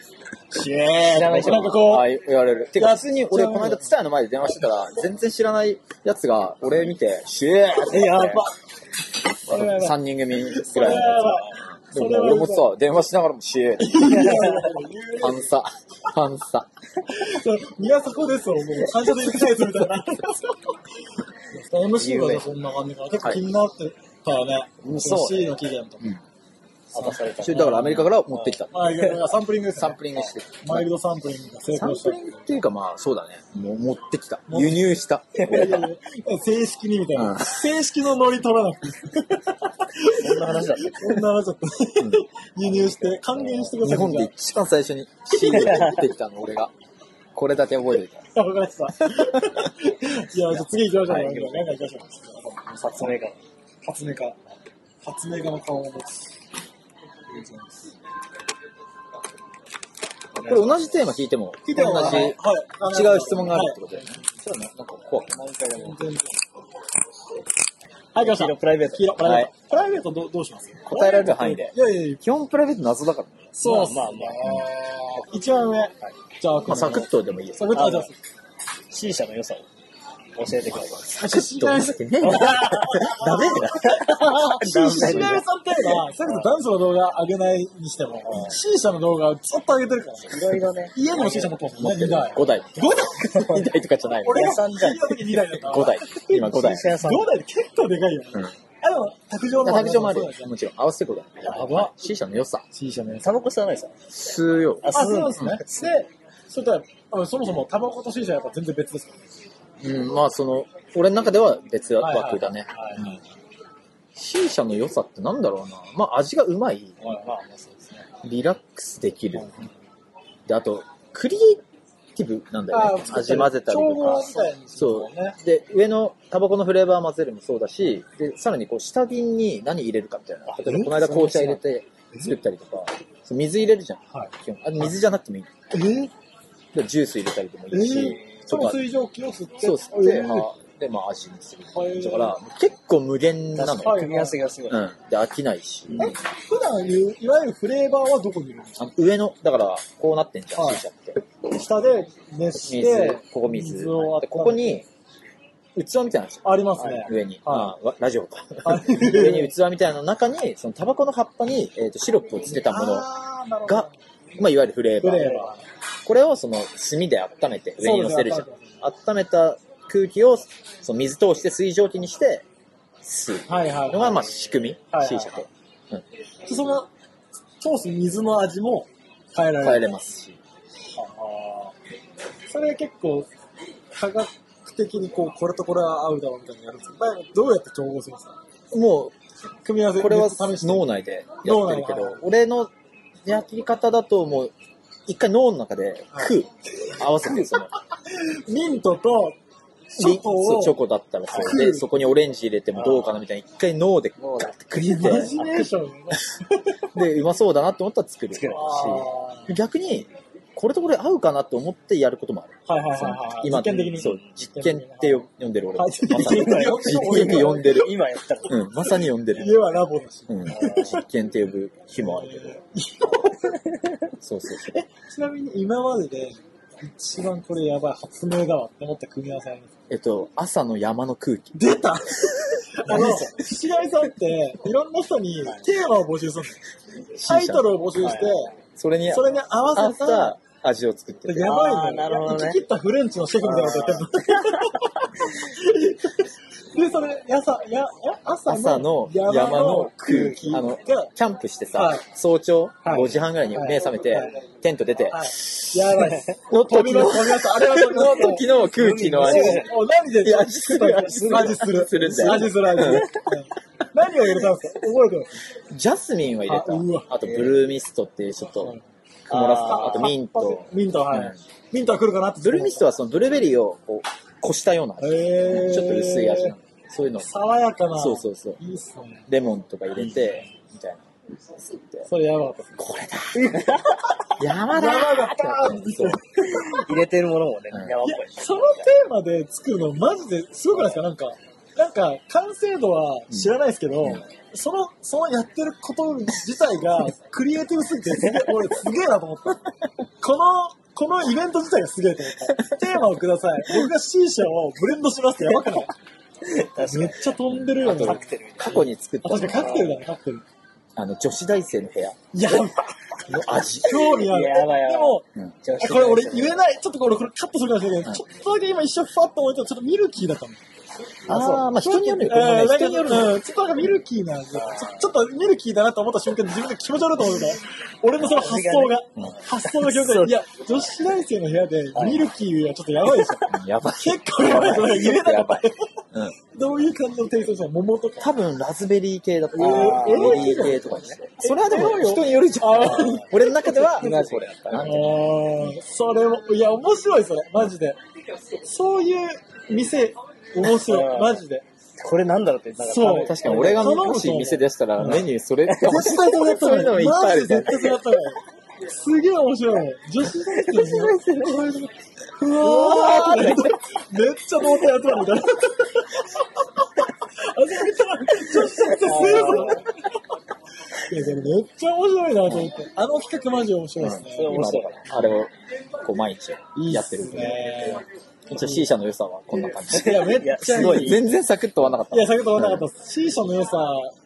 シエーとか、なんかこ
あ、
う、
言われる。て
いや
か、普通に俺、この間、ツタヤの前で電話してたら、全然知らないやつが、俺見て、シュエーって。
やば。それはやばい。
3人組
それ
ぐ
は
らい
や
のや
ばい。
つ。
そ
で
れ
も
はや
俺
ば
も
い。
さ、電話しながらもシュエー。パンサ。パンサ。
そう宮迫ですよ、もう。会社で行きたいぞみたいな。MC はじゃあそんな感じかな。結構気になってたよね。
うんそう
MC の期限とか。
それだからアメリカから持ってきた。
あ、いやいや、サンプリングです、ね。
サンプリングして。
マイルドサンプリングが成
サン
功し
プリングっていうかまあ、そうだね。もう持ってきた。
持って
輸入 した。
た。正式にみたいな。
うん
正式のノリ取らなくて。
そんな話だっ
そんなのちょっと、輸入して、還元してくださ
日
い。
本で一番最初に CD 持ってきたの、俺が。これだけ覚えて る。
わかりました。いや、じゃあ次行きましょう。
はい
なんか行きましょう。
た。撮影が。
発明家。発明家の顔を持つ。ありがとうございます
これ同じテーマ聞いても、同
聞い
じ
てもらうはいはい
違う質問があるってことだよね。そうだねなんか怖くない。
はい、来ました。
プライベート。
黄色、プライベー
は
ト。プライベートどうどうします
答えられる範囲で。
いやいやいや、
基本プライベート謎だからね。
そうっす。
まあまあ
一番上。じゃあ、
まあ、サクッとでもいいよ。
サクッと。あじゃあ、
C 社の良さを教えてください。
サクッと。 ダメだ。しなみさんっていうのは、それこそダンスの動画上げないにしても、C 社の動画をずっと上げてるから。いろいろね。家にも C 社持ってますもんね、2台。
5台。
5台
2台とかじゃ ないの。
俺が
5
3台。聞いた時2台だった。
台。今5台。
C 社屋さん。
5台って結構でかいよね。
うん
あ、でも、卓上も
卓上もある
そう
よ
ですね。
もちろん。合わせて5台。やば。C 社の良さ。
C 社ね。タバコ吸わないですよ。
吸うよ。
あ、そうなんですね。で、それとは、あそもそもタバコと C 社はやっぱ全然別ですからね。
うん、まあその、俺の中では別
はいはい
枠だね。
はい
C 社の良さってなんだろうな。まあ味がうまい。
まあまあ、そうですね。
リラックスできる。で、あと、クリエイティブなんだよね。味混ぜたり
調
と
合
か。
みたいにする
そ
んだよね。
う。で、上のタバコのフレーバー混ぜるもそうだし、で、さらにこう、下瓶に何入れるかみたいな。例えば、この間紅茶入れて作ったりとか、そう水入れるじゃん。
はい
基本あ水じゃなくてもいい。でジュース入れたりでもい
え
いし、
ー、その水蒸気を吸って。
そう吸って、
えー
はで、まあ、味にする
はい。
だから、結構無限な
確
の
か
よ。
に組み合わせがすごい。
うん。で、飽きないし。
え、普段言う、いわゆるフレーバーはどこにいるんです
あの上の、だから、こうなってんじゃん、
はい
シーシャって。
か下で熱し
水
て、、
ここ水。
水を温めて
でここに、器みたいなのあるじゃん
ありますね。
上に、
は
まあわラジオか
はい。
上に器みたいなの中に、そのタバコの葉っぱに、えー、とシロップをつけたもの
あーなるほど
が、まあ、いわゆるフレー
フ
バー。
レーバ
これをその炭で温めて上に乗せるじゃん。温めた空気をその水通して水蒸気にして吸う
ー。はいはい、
のが、まあ、仕組
はいは
み。
い
C 社と
その、通す水の味も変えられる。
変えれますし。
あーそれ結構、科学的にこう、これとこれは合うだろうみたいなのやるんですけど、どうやって調合するんですか
もう、
組み合わせ
これは
試して
脳内でやってるけ
脳内
ど、俺のやり方だともう、一回脳の中で、く、合わせて、その、
ミントと チ
リン
ョコ
そう
を
チョコだったらそうで、そこにオレンジ入れてもどうかなみたいな、一回脳で
もうだ。
くりっ
イ
て
マ、ジネーション
で、うまそうだなと思ったら作るし
作る、
逆に、これとこれ合うかなと思ってやることもある。
はいはいはい
その
はい。
今
実験的に。
そう、実験ってよ呼んでる俺。
はい
まさに
実験って呼ぶ
実験って呼んでる。
今やったら。
うん、まさに呼んでる。
家はラボだし。
うん、実験って呼ぶ日もあるけど。そうそうそう。
ちなみに今までで一番これやばい発明だわって思った組み合わせあります。
えっと、朝の山の空気。
出 たあの、岸上さんっていろんな人にテーマを募集するの。タイトルを募集して、
それに
それに合
合
わ
わ
せ
せ
た
た味を作ってる。
やばい
あー
ね。
なるほどね
生き切ったフレンチのシェフみたいなことや ってる。で、それ、やさ、や、や朝の
朝の山の空気。あの、キャンプして
は
さ
い、
早朝
はい
5時半ぐらいに目覚め
はい
て、テント出て、
はい。やばいです。
の
飛
時
び
の、
ま
の
した、飛びました。あ れは飛びました。
時の空気の味。
おう何で
いや味する味する
味する。
するんだよ
味する、味 する。うん何を入れたんですか覚えてます。
ジャスミンは入
あう
れ
わ
た。あと、ブルーミストっていうちょっと曇らせた。あと、ミント。
ミント、は
うん
い。ミントは来るかなって。
ブルーミストはそのブルーベリーをこう、こしたような
へー
味。ちょっと薄い味なの。そういうの。
爽やかな。
そうそうそう。
いいっすね。
レモンとか入れて、みたいな。
それやばかった。
山だ
山だ
そう。
入れてるものもね
うん、
山っ
いや
ぽい、。
そのテーマで作るの、マジですごくないですかなんか、なんか、完成度は知らないですけど、その、そのやってること自体が、クリエイティブすぎて、すげえ、俺すげえなと思った。この、このイベント自体がすげえと思った。テーマをください。僕が C 社をブレンドしますってやばくないめっちゃ飛んでるよね。
あと
あ、
過去に作ったの
確かにカクテルだね、カクテル。
あの、女子大生の部屋
やばい。
の味。
興味ある。
やばいやばい
でも、
うん
あこれ俺言えない。ちょっとこれこれカットするかもしれないけど、
はい
ちょっとだけ今一瞬ファッと置いてたちょっとミルキーだったの。
あそうまあ人によるよ。これも
う
ね
んなん
人による
か
の。
うんちょっとなんかミルキーなちょ、ちょっとミルキーだなと思った瞬間に自分で気持ち悪いと思うけど、俺のその発想が、発想が気持ち悪い。いや、女子大生の部屋でミルキーはちょっとやばいでしょ。
うんやばい。
結構やばいそれ言えな
や
か
ば
っ
い
た。。
うん。
どういう感じのテイストでした桃とか。
多分、ラズベリー系だった。
あー
ベリー系とかにね。それはでも、人によるじゃ
あ
ん
ー。
俺の中では、それだった
あ
な。
ーそれも、いや、面白いそれ、マジで。そういう店、面白い、マジで。
これなんだろうって、なんか
そう
確かに、俺がもし店出したら、メニューそれかもし
絶
れ
対そ
な
れやった
い。そういうのもいっぱいあるじゃん
マジで絶対それやったのよすげえ面白い。女子大生の部屋うわーってめっちゃ童貞集まるみたいな。あそこ見たら女子大生すげえぞ。いや、でもめっちゃ面白いなと思って。あの企画マジ面白いですね。
うん今だから、あれを、こう、毎日やってるんで。
ね
一応 C 社の良さはこんな感じ。
いや、めっちゃ
すごい。全然サクッと終わんなかった。
いや、先ほどわかんなかったです。C 社の良さ、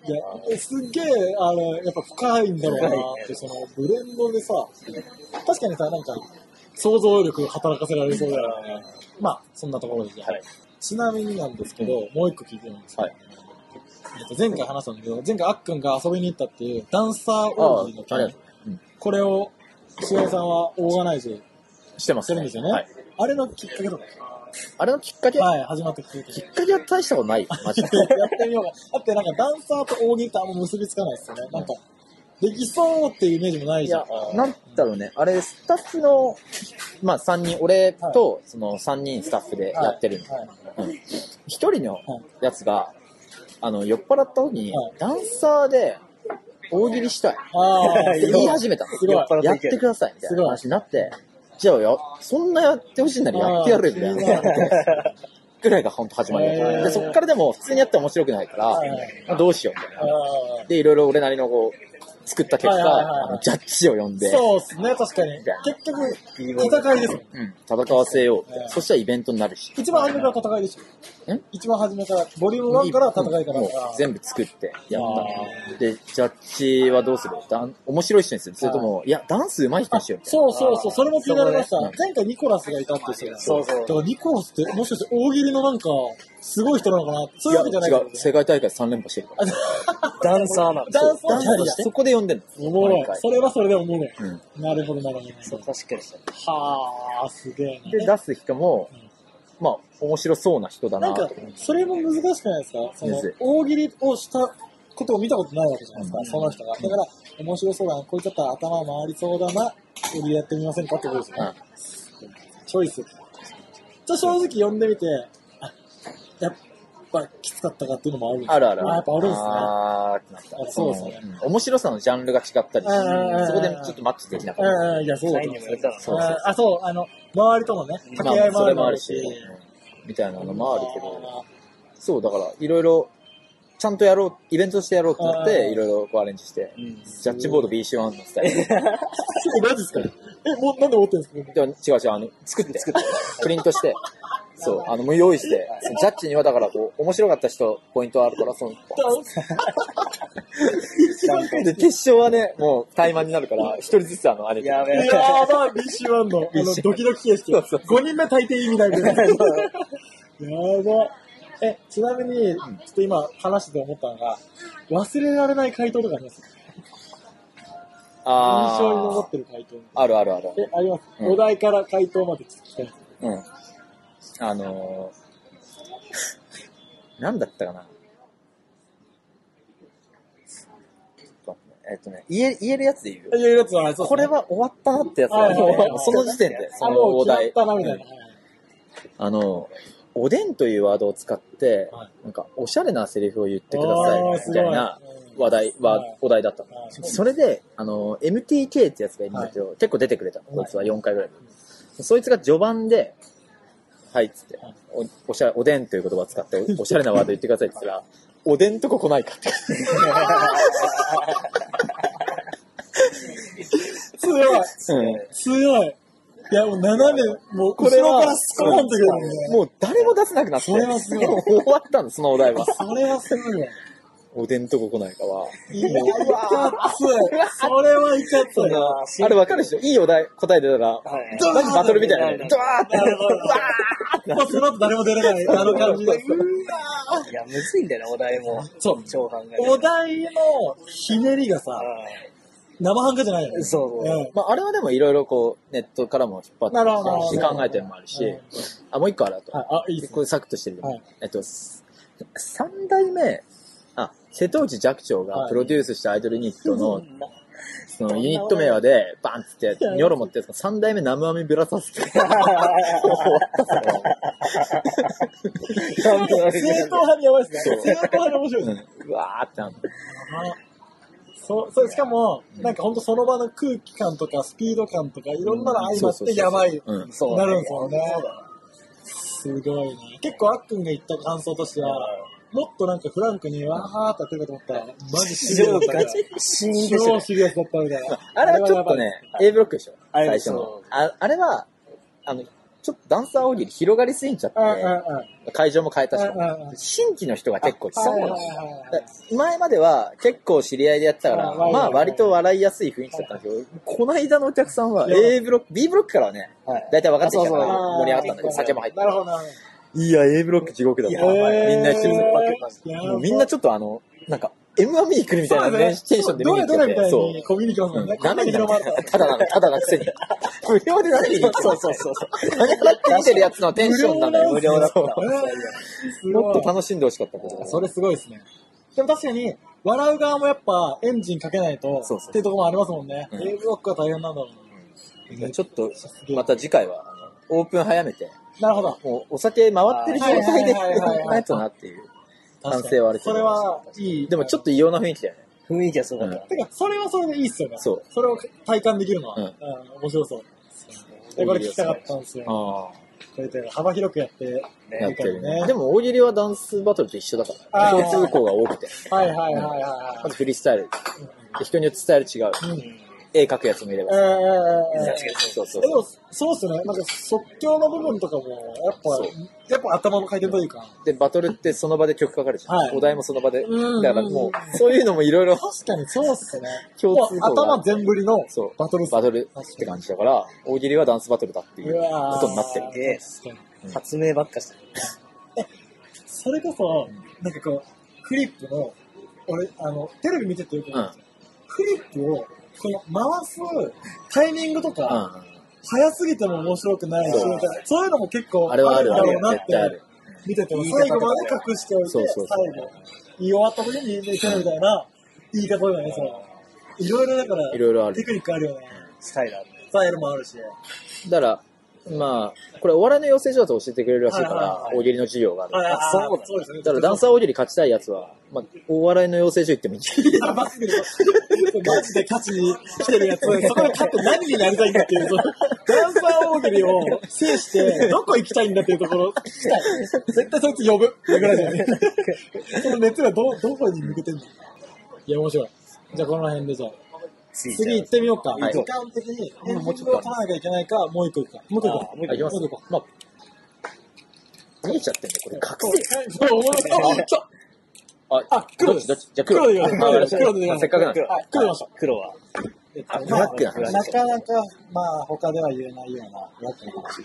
いや、すっげえ、あの、やっぱ深いんだろうなって、その、ブレンドでさ、確かにさ、なんか、想像力働かせられそうだよね。まあ、そんなところですね。
はい
ちなみになんですけど、もう一個聞いてるんですけど、
はい
えっと前回話したんだけど、前回あっくんが遊びに行ったっていう、ダンサー
ああ、あ
オー
り
ディの
が
件
と、う。うん
これを、しおさんはオーガナイズ
してま
し
す
て
ね。
るんですよね。
はい
あれのきっかけとか、
あれのきっかけ
はい、始まって聞いて
きっかけは大したことないよ。マジで。
やってみようか。だってなんかダンサーと大喜利ってあんま結びつかないですよね。なんか、できそうっていうイメージもない
い
じゃん。
や、なんだろうね。あれ、スタッフの、まあ3人、俺と、その3人スタッフでやってるの。
はい
一人のやつが、あの、酔っ払った時に
はい、
ダンサーで大喜 利したい。
ああ、
って
す
言
ご
い
い。
始めたの。
すごい
酔っ払ってやってください、みたいな話になって、じゃあや、そんなやってほしいならやってやるみたい
あー
な。 ぐらいが本当始まりだった
へー
で、そっからでも普通にやっても面白くないか
はいはい
ら、どうしようみたい
あ
な。で、いろいろ俺なりのこう、作った結果、
はいはいはいはい
あのジャッジを呼ん
ー
で、
そうですね、確かに。結局、戦いですもん。
うん戦わせよう
は。い
そしたらイベントになるし。
一番初めから戦いでしょ。
ん
一番初めから、ボリューム1から戦いから
もう全部作ってやった。で、ジャッジはどうするだん面白い人にするそれとも、いや、ダンス上手い人にしようみたいな。
そうそうそう、それも気になりました
そこね。
前回ニコラスがいたって言ってたよね
そうそう
だからニコラスって、もしかして大喜利のなんか、すごい人なのかなそういうわけじゃない
い
け
や
ど
違う。世界大会3連覇してるから。
ダンサーなの。
ダンス
ダン
の
スと
とし
して
て
そこで呼んでるの。
おもろい
毎。回
それはそれでおもろい。
うん
なるほど、なるほど。
確かにそう。
はあ、すげえ
で、出す人も、まあ、面白そうな人だ
な。
な
なん
と
か
思って。、
それも難しくないですかその
むずい
大喜利をしたことを見たことないわけじゃないですか、その人が。だから、面白そうだな、こいつだったら頭回りそうだな、俺やってみませんかってことですよね。チョイス。じゃあ正直読んでみて、あ、やっぱきつかったかっていうのもあるんです
あるある。
あやっぱあるんですね。
あーってなった
あそうですね。
ん面白さのジャンルが違ったりし
うんうんうん
そこでちょっとマッチできなかっ
うんうん、いや、そうだ
サインにもよるだろう
そう
ああ、そう、あの、周りとのね、
た。
掛け合い
まあそれ
周
もあ
あ
る
る
し
し。、
みたいなのもあるけど、そう、だから、いろいろ、ちゃんとやろう、イベントとしてやろうってなっ
う
て、
ん
いろいろこうアレンジして、
うん。
ジャッジボード BC1 のスタイル。
え、マジですかえ、もう、なんで思ってるんですか
でも違う違う、あの、作って、プリントして、そう、あの、もう用意して、そのジャッジにはだから、こう、面白かった人、ポイントあるから、その、で、決勝はね、もう、怠慢になるから、一人ずつあの、あれ、
やべ
い
え。
やー、まあ、BC1 の、あの、ドキドキ形式。
そうそう
5人目大抵意味ないみ たいな。やば。え、ちなみに、ちょっと今話してて思ったのが、忘れられない回答とかあります印
あー
象に残ってる回答。
あるあるある。
え、あります、
うん
お題から回答までちょっと聞きたいです。
うん。あのー、なん だったかな。えっとね、言え、言えるやつで言うよ
あいやいややつは、そう
これは終わったなってやつだ
はいはい
よ
は
ね。
い
その時点で、そ
あ、
の
もう
お
決ま
題。
ったな、みたいな。
あの、おでんというワードを使って、
はい
なんか、おしゃれなセリフを言ってください、
あー
みたいな
すごいうん
話題、は
はい
お題だったの。
はい
それで、あの、MTK ってやつがいるんだけど、結構出てくれたの。こいつは4回ぐらいで。そいつが序盤で、はい、っつって、おおしゃおでんという言葉を 使ってお、おしゃれなワード言ってくださいって言ったら、おでんとこ来ないかって。
強い。
うん
強い。いや、もう斜め、もう、
これ
後ろ
は
からスコーンってくるもんね。
もう誰も出せなくなって、
それはすごい
もう終わったの、その お題は。
それはすごいわ。
おでんとこ来ないかは。
いや、いかつい。それはいかつい。
あれわかるでしょいいお題、答え出たら、
はい
ド
マジバトルみたいな。ドワーって。
なるほど。もうその後誰も出れない、あの感じで。
いや、むずいんだよな、お題も。
そう
超考え
お題のひねりがさ、生半可じゃないよね。
そうそう
うん
まあ、あれはでもいろいろこう、ネットからも引っ張って
なるほどなるほ
き
ど
て、考えてるのもあるし、あ、もう一個あるあと。
はいあ、いいです
こ
ね。
れサクッとしてるけど、
はい
えっと、す三代目、あ、瀬戸内寂聴がプロデュースしたアイドルユニットの、そのユニット名はで、バンっつって、ニョロ持ってやつが三代目ナムアミブラザーズって。
正統派にやばいですね。正統派に面白いですね。
うわーってなって。
そう、そう、しかも、なんかほんとその場の空気感とかスピード感とかいろんなの相まっ
そうそうそう
てやばい。
うん。
そう。
なるんですよね。すごいね。結構あっくんが言った感想としては、もっとなんかフランクにわーって当てるかと思ったら、マジシリアスだったみたいな。
死因でし
超
ょ。
シリアスだったみたいな。
あれはちょっとね、A ブロックでしょ
あ
最
れは
初の
そう。
ああれは、あの、ちょっとダンサー大喜利広がりすぎちゃっ
ああ、あ
て、
あ、あ
会場も変えたし
うんうんう、ん
新規の人が結構来
あ。
た
はいはいはいはい
だ前までは結構知り合いでやってたから、
あはい
まあ割と笑いやすい雰囲気だったんだけど、この間のお客さんは
うん
A ブロック、B ブロックからはね、大体分かってきたから
あそう
盛り上がったんだけど、酒も入って
なるほど、なる
いや、A ブロック地獄だ
ほど。
もんみんな一緒に
に
もうみんなちょっとあの、なんか、M1 見に来るみたいなねテンションで見
ど
に
れ
来
どれ
て
みた
て、
い
そう
に。コミュニケーションがね、
な
こんな
め
に
てな
広まった。
ただなめ、ただなくせに。無料で何見に来てそうそうそう。金払って見てるやつのテンションなんだよ。
無料なんですよ
そう
す
も
ご
っ
い
と。楽しんでほしかったけど。
それすごいですね。でも確かに、笑う側もやっぱエンジンかけないと、
そうそう
っていうところもありますもんね。
うん
A ブロックは大変なんだろう
ちょっと、また次回は、あのオープン早めて。
な。なるほど。
もうお酒回ってる状態で
はいはいはいはいはい
ないとなっていう
確
反
かに
省はあるけど。
それは、いい。
でもちょ
っ
っと異様な雰囲気だよね。
雰囲気はすごかった。
と。てか、それはそれでいいっすよね。
そう。
それを体感できるのは、
う
うんん、面白そう。で、これ聞きたかったんですよ。こ
あ
うやって幅広くやって、
やってるね。
ね
でも大喜利はダンスバトルと一緒だから、
あー
共通項が多くて。
はいはいはいは
まずフリースタイル。で人によってスタイル違う。
いはい。うん。
絵描くやつもいれ
え
ば。
ー、
そうそう
えで
そう。
も、そうっすね。なんか即興の部分とかも、やっ
そう
ぱ、やっぱ頭の回転というか。
で、バトルってその場で曲かかるじゃん。
はい
お題もその場で。だ
うん
からもう、そういうのもいろいろ
確かにそうっすね。
共
も
通
う
項が
頭全振りの
そう
バトルっす
バトルって感じだから、大喜利はダンスバトルだっていう
うわー
ことになってる。
で、発明ばっかしてる。
それこそ、なんかこう、フリップの、俺、あの、テレビ見ててよくないんですよ。フリップを、この回すタイミングと
う
か、
ん。
早すぎても面白くないし、
そう
みたいなそういうのも結構
あれはあるあ
だろ
る
うなっ
絶対あ
て
る。
見てても
言い方
最
とか
後
ね
まで隠しておいて、
そうそうそう
最後、言い終わった時に見せるみたいな言い方だよね、その。いろいろだから、
いろいろある
テクニックあるよね。
スタイルある。
スタイルもあるし。
だから、まあ、これお笑いの養成所だと教えてくれるらしい
は
か
いはい
ら
は、い
大喜利の授業がある。
ああ
そうだ
そうですね。
だからダンサー大喜利勝ちたいやつは、まあ、お笑いの養成所行ってもいい。
やばすぎる。マジで勝ちに来てるやつ、そこで勝って何になりたいんだっていう、そのダンサー大喜利を制して、どこ行きたいんだっていうところ、来たい。絶対そいつ呼ぶ。ってぐらいだよね。その熱がど、どこに向けてんのいや、面白い。じゃあ、この辺でじゃあ。
次
次行ってみようか。
はい
時間的に、もうちょっと取らなきゃいけないか、もう一個行くか。もう一個行くか。
あ、行きます
もう一個行こ。
まあ、見えちゃってんね、これ。覚
うそうおもろいあ、来た
醒。
あ黒です
どっちどっちじゃあ黒。
黒でいきます
あわかりました
黒でいきます
あせっかくなんで。
はい、来ました。
黒は、
ブラックな話
なかなか、まあ、他では言えないような、ブラックの話、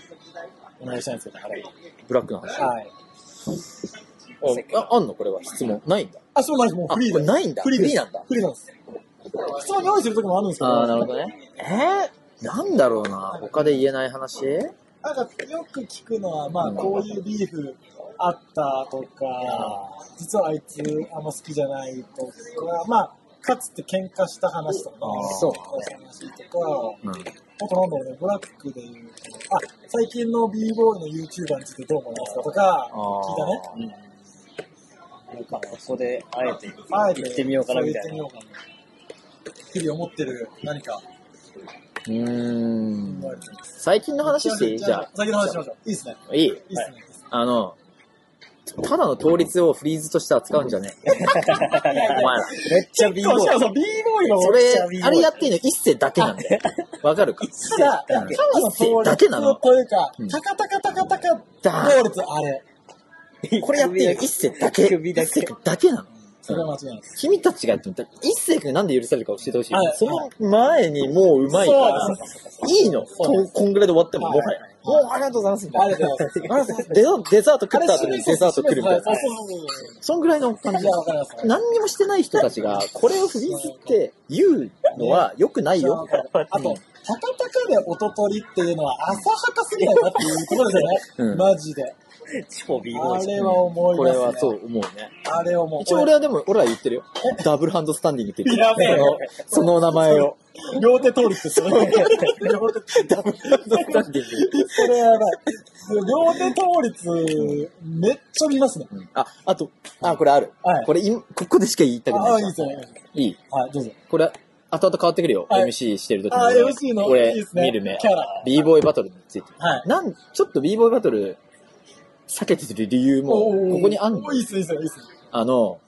お願いしたいんですけど、はい。
ブラックの話。
はい。
あ、ああんのこれは質問。ないんだ。
あ、そうなんです。もう
あ、こ
フリー
れ
で。
ないんだ。
フリーです。
なんだ。
フリーなんです。質問用意するときもあるんですけど、
あー、なるほどね。えー、なんだろうな。他で言えない話
なんか、よく聞くのは、まあ、こういうビーフあったとか、実はあいつあんま好きじゃないとか、まあ、かつて喧嘩した話とか、
そう
話とか、
うん。
あとなんだろうね、ブラックで言うと、あ、最近の b ボーイの YouTuber についてどう思いますかとか、聞いたね。
あー。
なんかここであえて
あえ
行ってみようかなみたいな。
な。日々思ってる何か。
うーん。最近の話していいじゃ
先の話しましょう。いいっすね。
あ。いい
いいっすね。
あの、ただの倒立をフリーズとして扱うんじゃねえ。お前ら。
めっちゃ B
そう、
ボー
しか
イ。
もその b ボーイの
そ
めっちゃ
れ
B-boy、
あれやっていいの一世だけなんだよ。わかるか
ただ、ただの
一世だけなの
というか
うん、
タカタカタカタカ、
ダ
同列あれ。
これやっていいの一世だけ。
首だけ
一世君だけなの。
それは間違いないです。
君たちがやってみたら、一世君なんで許されるか教えてほしい
はい。
その前にもう上手いから
そう、
いいの。
う
こんぐらいで終わっても、もはや。もうありがとうございますみた
あ
い
れ
な。
でございます。
デザデザート食った後にデザート来るみたい
そう
な。
そうそうそう。
そんぐらいの感じ
じゃあわかります。
何にもしてない人たちが、これをフリーズって言うのは良くない
あ
よ。
と、タカタカでおととりっていうのは、浅はかすぎないなっていうことですよね。
うん
マジで。
超 B ボー
あ
イじゃん。
れは思い
こ
ます、ね。
れはそう思うね。
あれをもう。
一応俺はでも、俺は 言ってるよ。ダブルハンドスタンディングって言
や
って
べえ
る。その、その名前を。
両手通りってすご い。両手
ダブルハンドスタンディング。
それやばい。両手倒立、めっちゃ見ますね。
うんあ、あと、あ、これある。
はい
これ、今ここでしか言いたく
ああ、
ない
い
い。
ですね。
いい。
はい、どうぞ。
これ、後々変わってくるよ。
はい
MC してる時
あ、MC の、
俺
いいですね。
見る目
キ。ャラ。
b ボーイバトルについて。
はい。
なん、ちょっと b ボーイバトル、避けてる理由も、
ー
ここにあんの
おいいっすね、いいっすね、いいっすね。
あの、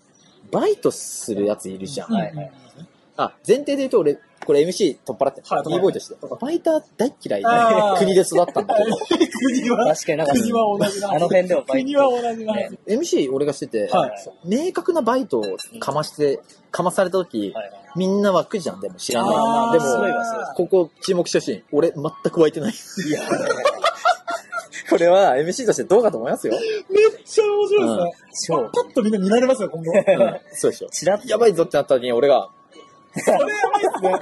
バイトするやついるじゃん。
はいはい。
あ、前提で言うと俺、これ MC 取っ払って、
はい
b ボーイとして。バイター大っ嫌い
あー
で、国で育ったんだけど。
国は、
確かになんか
国は同じな。
あの辺ではバイト
国は同じな。
ね MC 俺がしてて、
はい
明確なバイトをかまして、かまされた時、
はいはい
みんな湧くじゃん、でも知らない。
あ
で
ー
も
そういえばそう、
ここ注目してほしい。俺全く湧いてない。これは MC としてどうかと思いますよ。
めっちゃ面白いですね。
うん
パッとみんな見られますよ、今後。それ
う
や
ん、そうでしょ。
ちらっと
やばいぞってなった時に俺が、
ばいっすね。それは、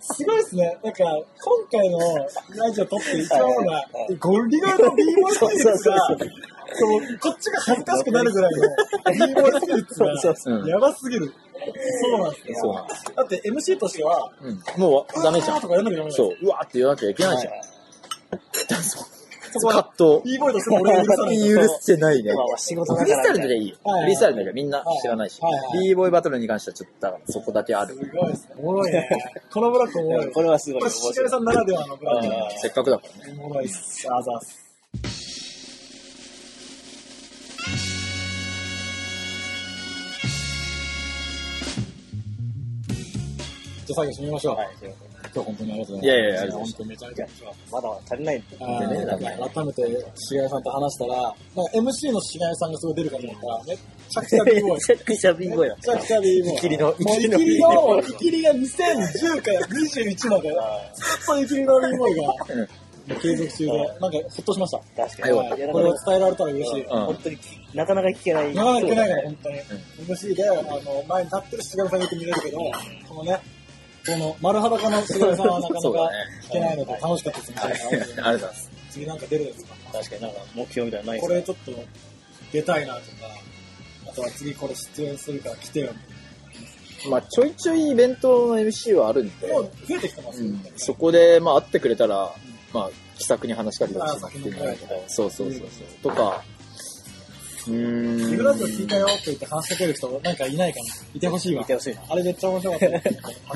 すごいっすね。なんか、今回のラジオ撮って一番多いのは、ゴリゴリの b ボーイスピリッツが、そうこっちが恥ずかしくなるぐらいの b ボーイスピリッツ
そうそうう
が、
ん
やばすぎる。そうなんです
そう
よ。
なんです。
だって MC としては、
うん、もうダメじゃ
うわーとかやんなきゃダ
ん。
メじゃん
そう、うわーって言わなきゃいけないじゃん。だそう。葛藤。
b ボーイとしても俺は許さない。
許してないね。
まあまあ仕事
フ
だ
リー
か
スタイ
ら
ル
み
の
た
時
いな。
はい
はいい。
はい
フリースタイルの時はみんな知らないし
はいは。い
b ボーイバトルに関してはちょっと、だからそこだけある
す。ごいっすね。おもろいね。このブラックおもろいわ。
これはすごい
こ
面
れ、
白
しげる
い。
さんならではのブラック。
せっかくだからね。
おもろいっす。あざっす。じゃあ最後締めましょう。
はい、そう
今日本当にありがとうございます。
いやいやいやありがとうございま
本
し
当にめちゃめちゃ面白かった
まだ足りない。
あーなんか改めて、しげるさんと話したら、なんか MC のしげるさんがすごい出るかと思ったら、めっちゃくちゃ b ボーイ。
ちゃくちゃ B ボーイだ
め。ちゃくちゃ b ボーイ。
きりの、い
もう、
きり
イ
の
キ
B
リ
ボ
の、
ー
イ
イ。
キリが2010から21まで、ずっとイキリのリーボーイが継続中で、なんかほっとしました。
確か
あよか
に
った。
いや
これ
な
を
んか
伝えられたら嬉しい。
うん
本当にき、なかなか聞けない。
なかなかいけない
そ
か
う
ら、本当に。MC で、あの、前に立ってるしがみさんよく見れるけど、このね、この丸裸のしがみさんはなかなか
そうだね
聞けないので楽しかったですね。
ありがとうございます。
次次なんか出るんですか
確かになんか目標みたいなのない
こ
で
れちょっと出たいなとか、あとは次これ出演するから来てよみ
まあ、ちょいちょいイベントの MC はあるん
た
で
いな。もう増えてきてます
う
よ
ん
ね。
そこで、まあ、会ってくれたら、まあ、気さくに話しかけてほしいなっていうのがあるけど
あ
そうそうそうそう。とか、うーん。
リブラジオ聞いたよって言って話しかける人なんかいないかな。いてほしいわ。
いてほしいな。
あれめっちゃ面白かった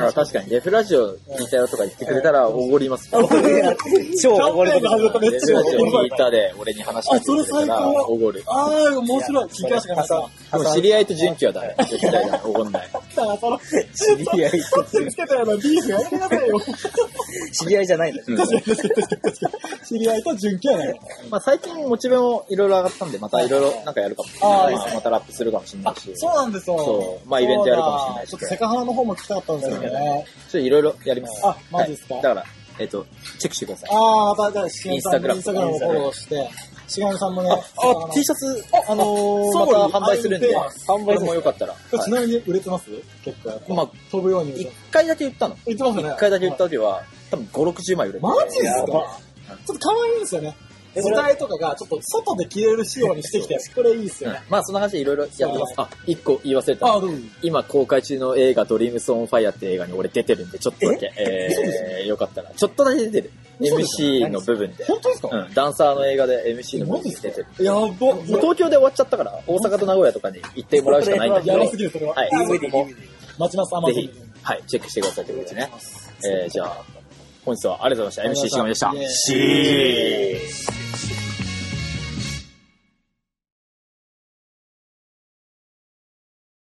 な。
あ確かに、レフラジオ聞いたよとか言ってくれたら、おごります
超
よ。
おごり
キャンペーンが始まっため
レ
っ
フラ
ち
ジ
ゃ面
オ
白
聞
か
い
った
で、俺に話しかけてくれたら
あそれ最高、
おごる。
あー、面白い。聞きましたかさ。
でも、知り合いと準拠はダメ。絶対ダメ。おごん ない。
知り合い、
つけたようなビーフやめてくださいよ。
知り合いじゃないんだ
うん
知り合いと純喜やない。
まあ、最近、モチベもいろいろ上がったんで、またいろいろなんかやるかもしれ
あ
な
あ
い
いいっす
まあ。またラップするかもしれないし。ち
そ
ょ
うなんですよ。
そうまあイベントやるかもしれないし
そうだちょっとセカハラの方も来たかったんですけどね。
っといろいろやります。
あマジっすか
はいだから、えっと、チェックしてください。
ああ、また、じゃあ、しげみさんのイ
イ
ンス
ンス
タ
タ
グラ
グ
ム
ラム
をフォローして、しげみさんもね、
あ、T
シ
シャツ、あの
そう
ー、また販売するんで、
あ
販売もよかったら。
ャツ。ちなみに売れてます結構やっぱ。
まあ、
飛ぶように売れ
一
てます。
回だけ言ったの。
売ってますよね。
一回だけ言った時は、多分5、60枚売れてる
マジっすかちょっと可愛いんですよね。素材とかが、ちょっと外で着れる仕様にして きて、これいいっすよね。
まあ、そんな感じでいろいろやってます。あ、一個言い忘れ
あ
た
あ、。どうも。
今公開中の映画、ドリームスオンファイアって映画に俺出てるんで、ちょっとだけ、えー、よかったら。ちょっとだけ出てる。MC の部分で。
本当ですか
うん、ダンサーの映画で MC の部分で出てる。
やばっ。
もう東京で終わっちゃったから、大阪と名古屋とかに行ってもらうしかないんだけ
や
ど、
ばすぎる、それは。
はい、
DVD、DVD。
待ちます、アマ
ぜ
ゾン
ひ。、はい、チェックしてくださいということでね。えー、じゃあ、本日はありがとうございました。MC しがみでした。シー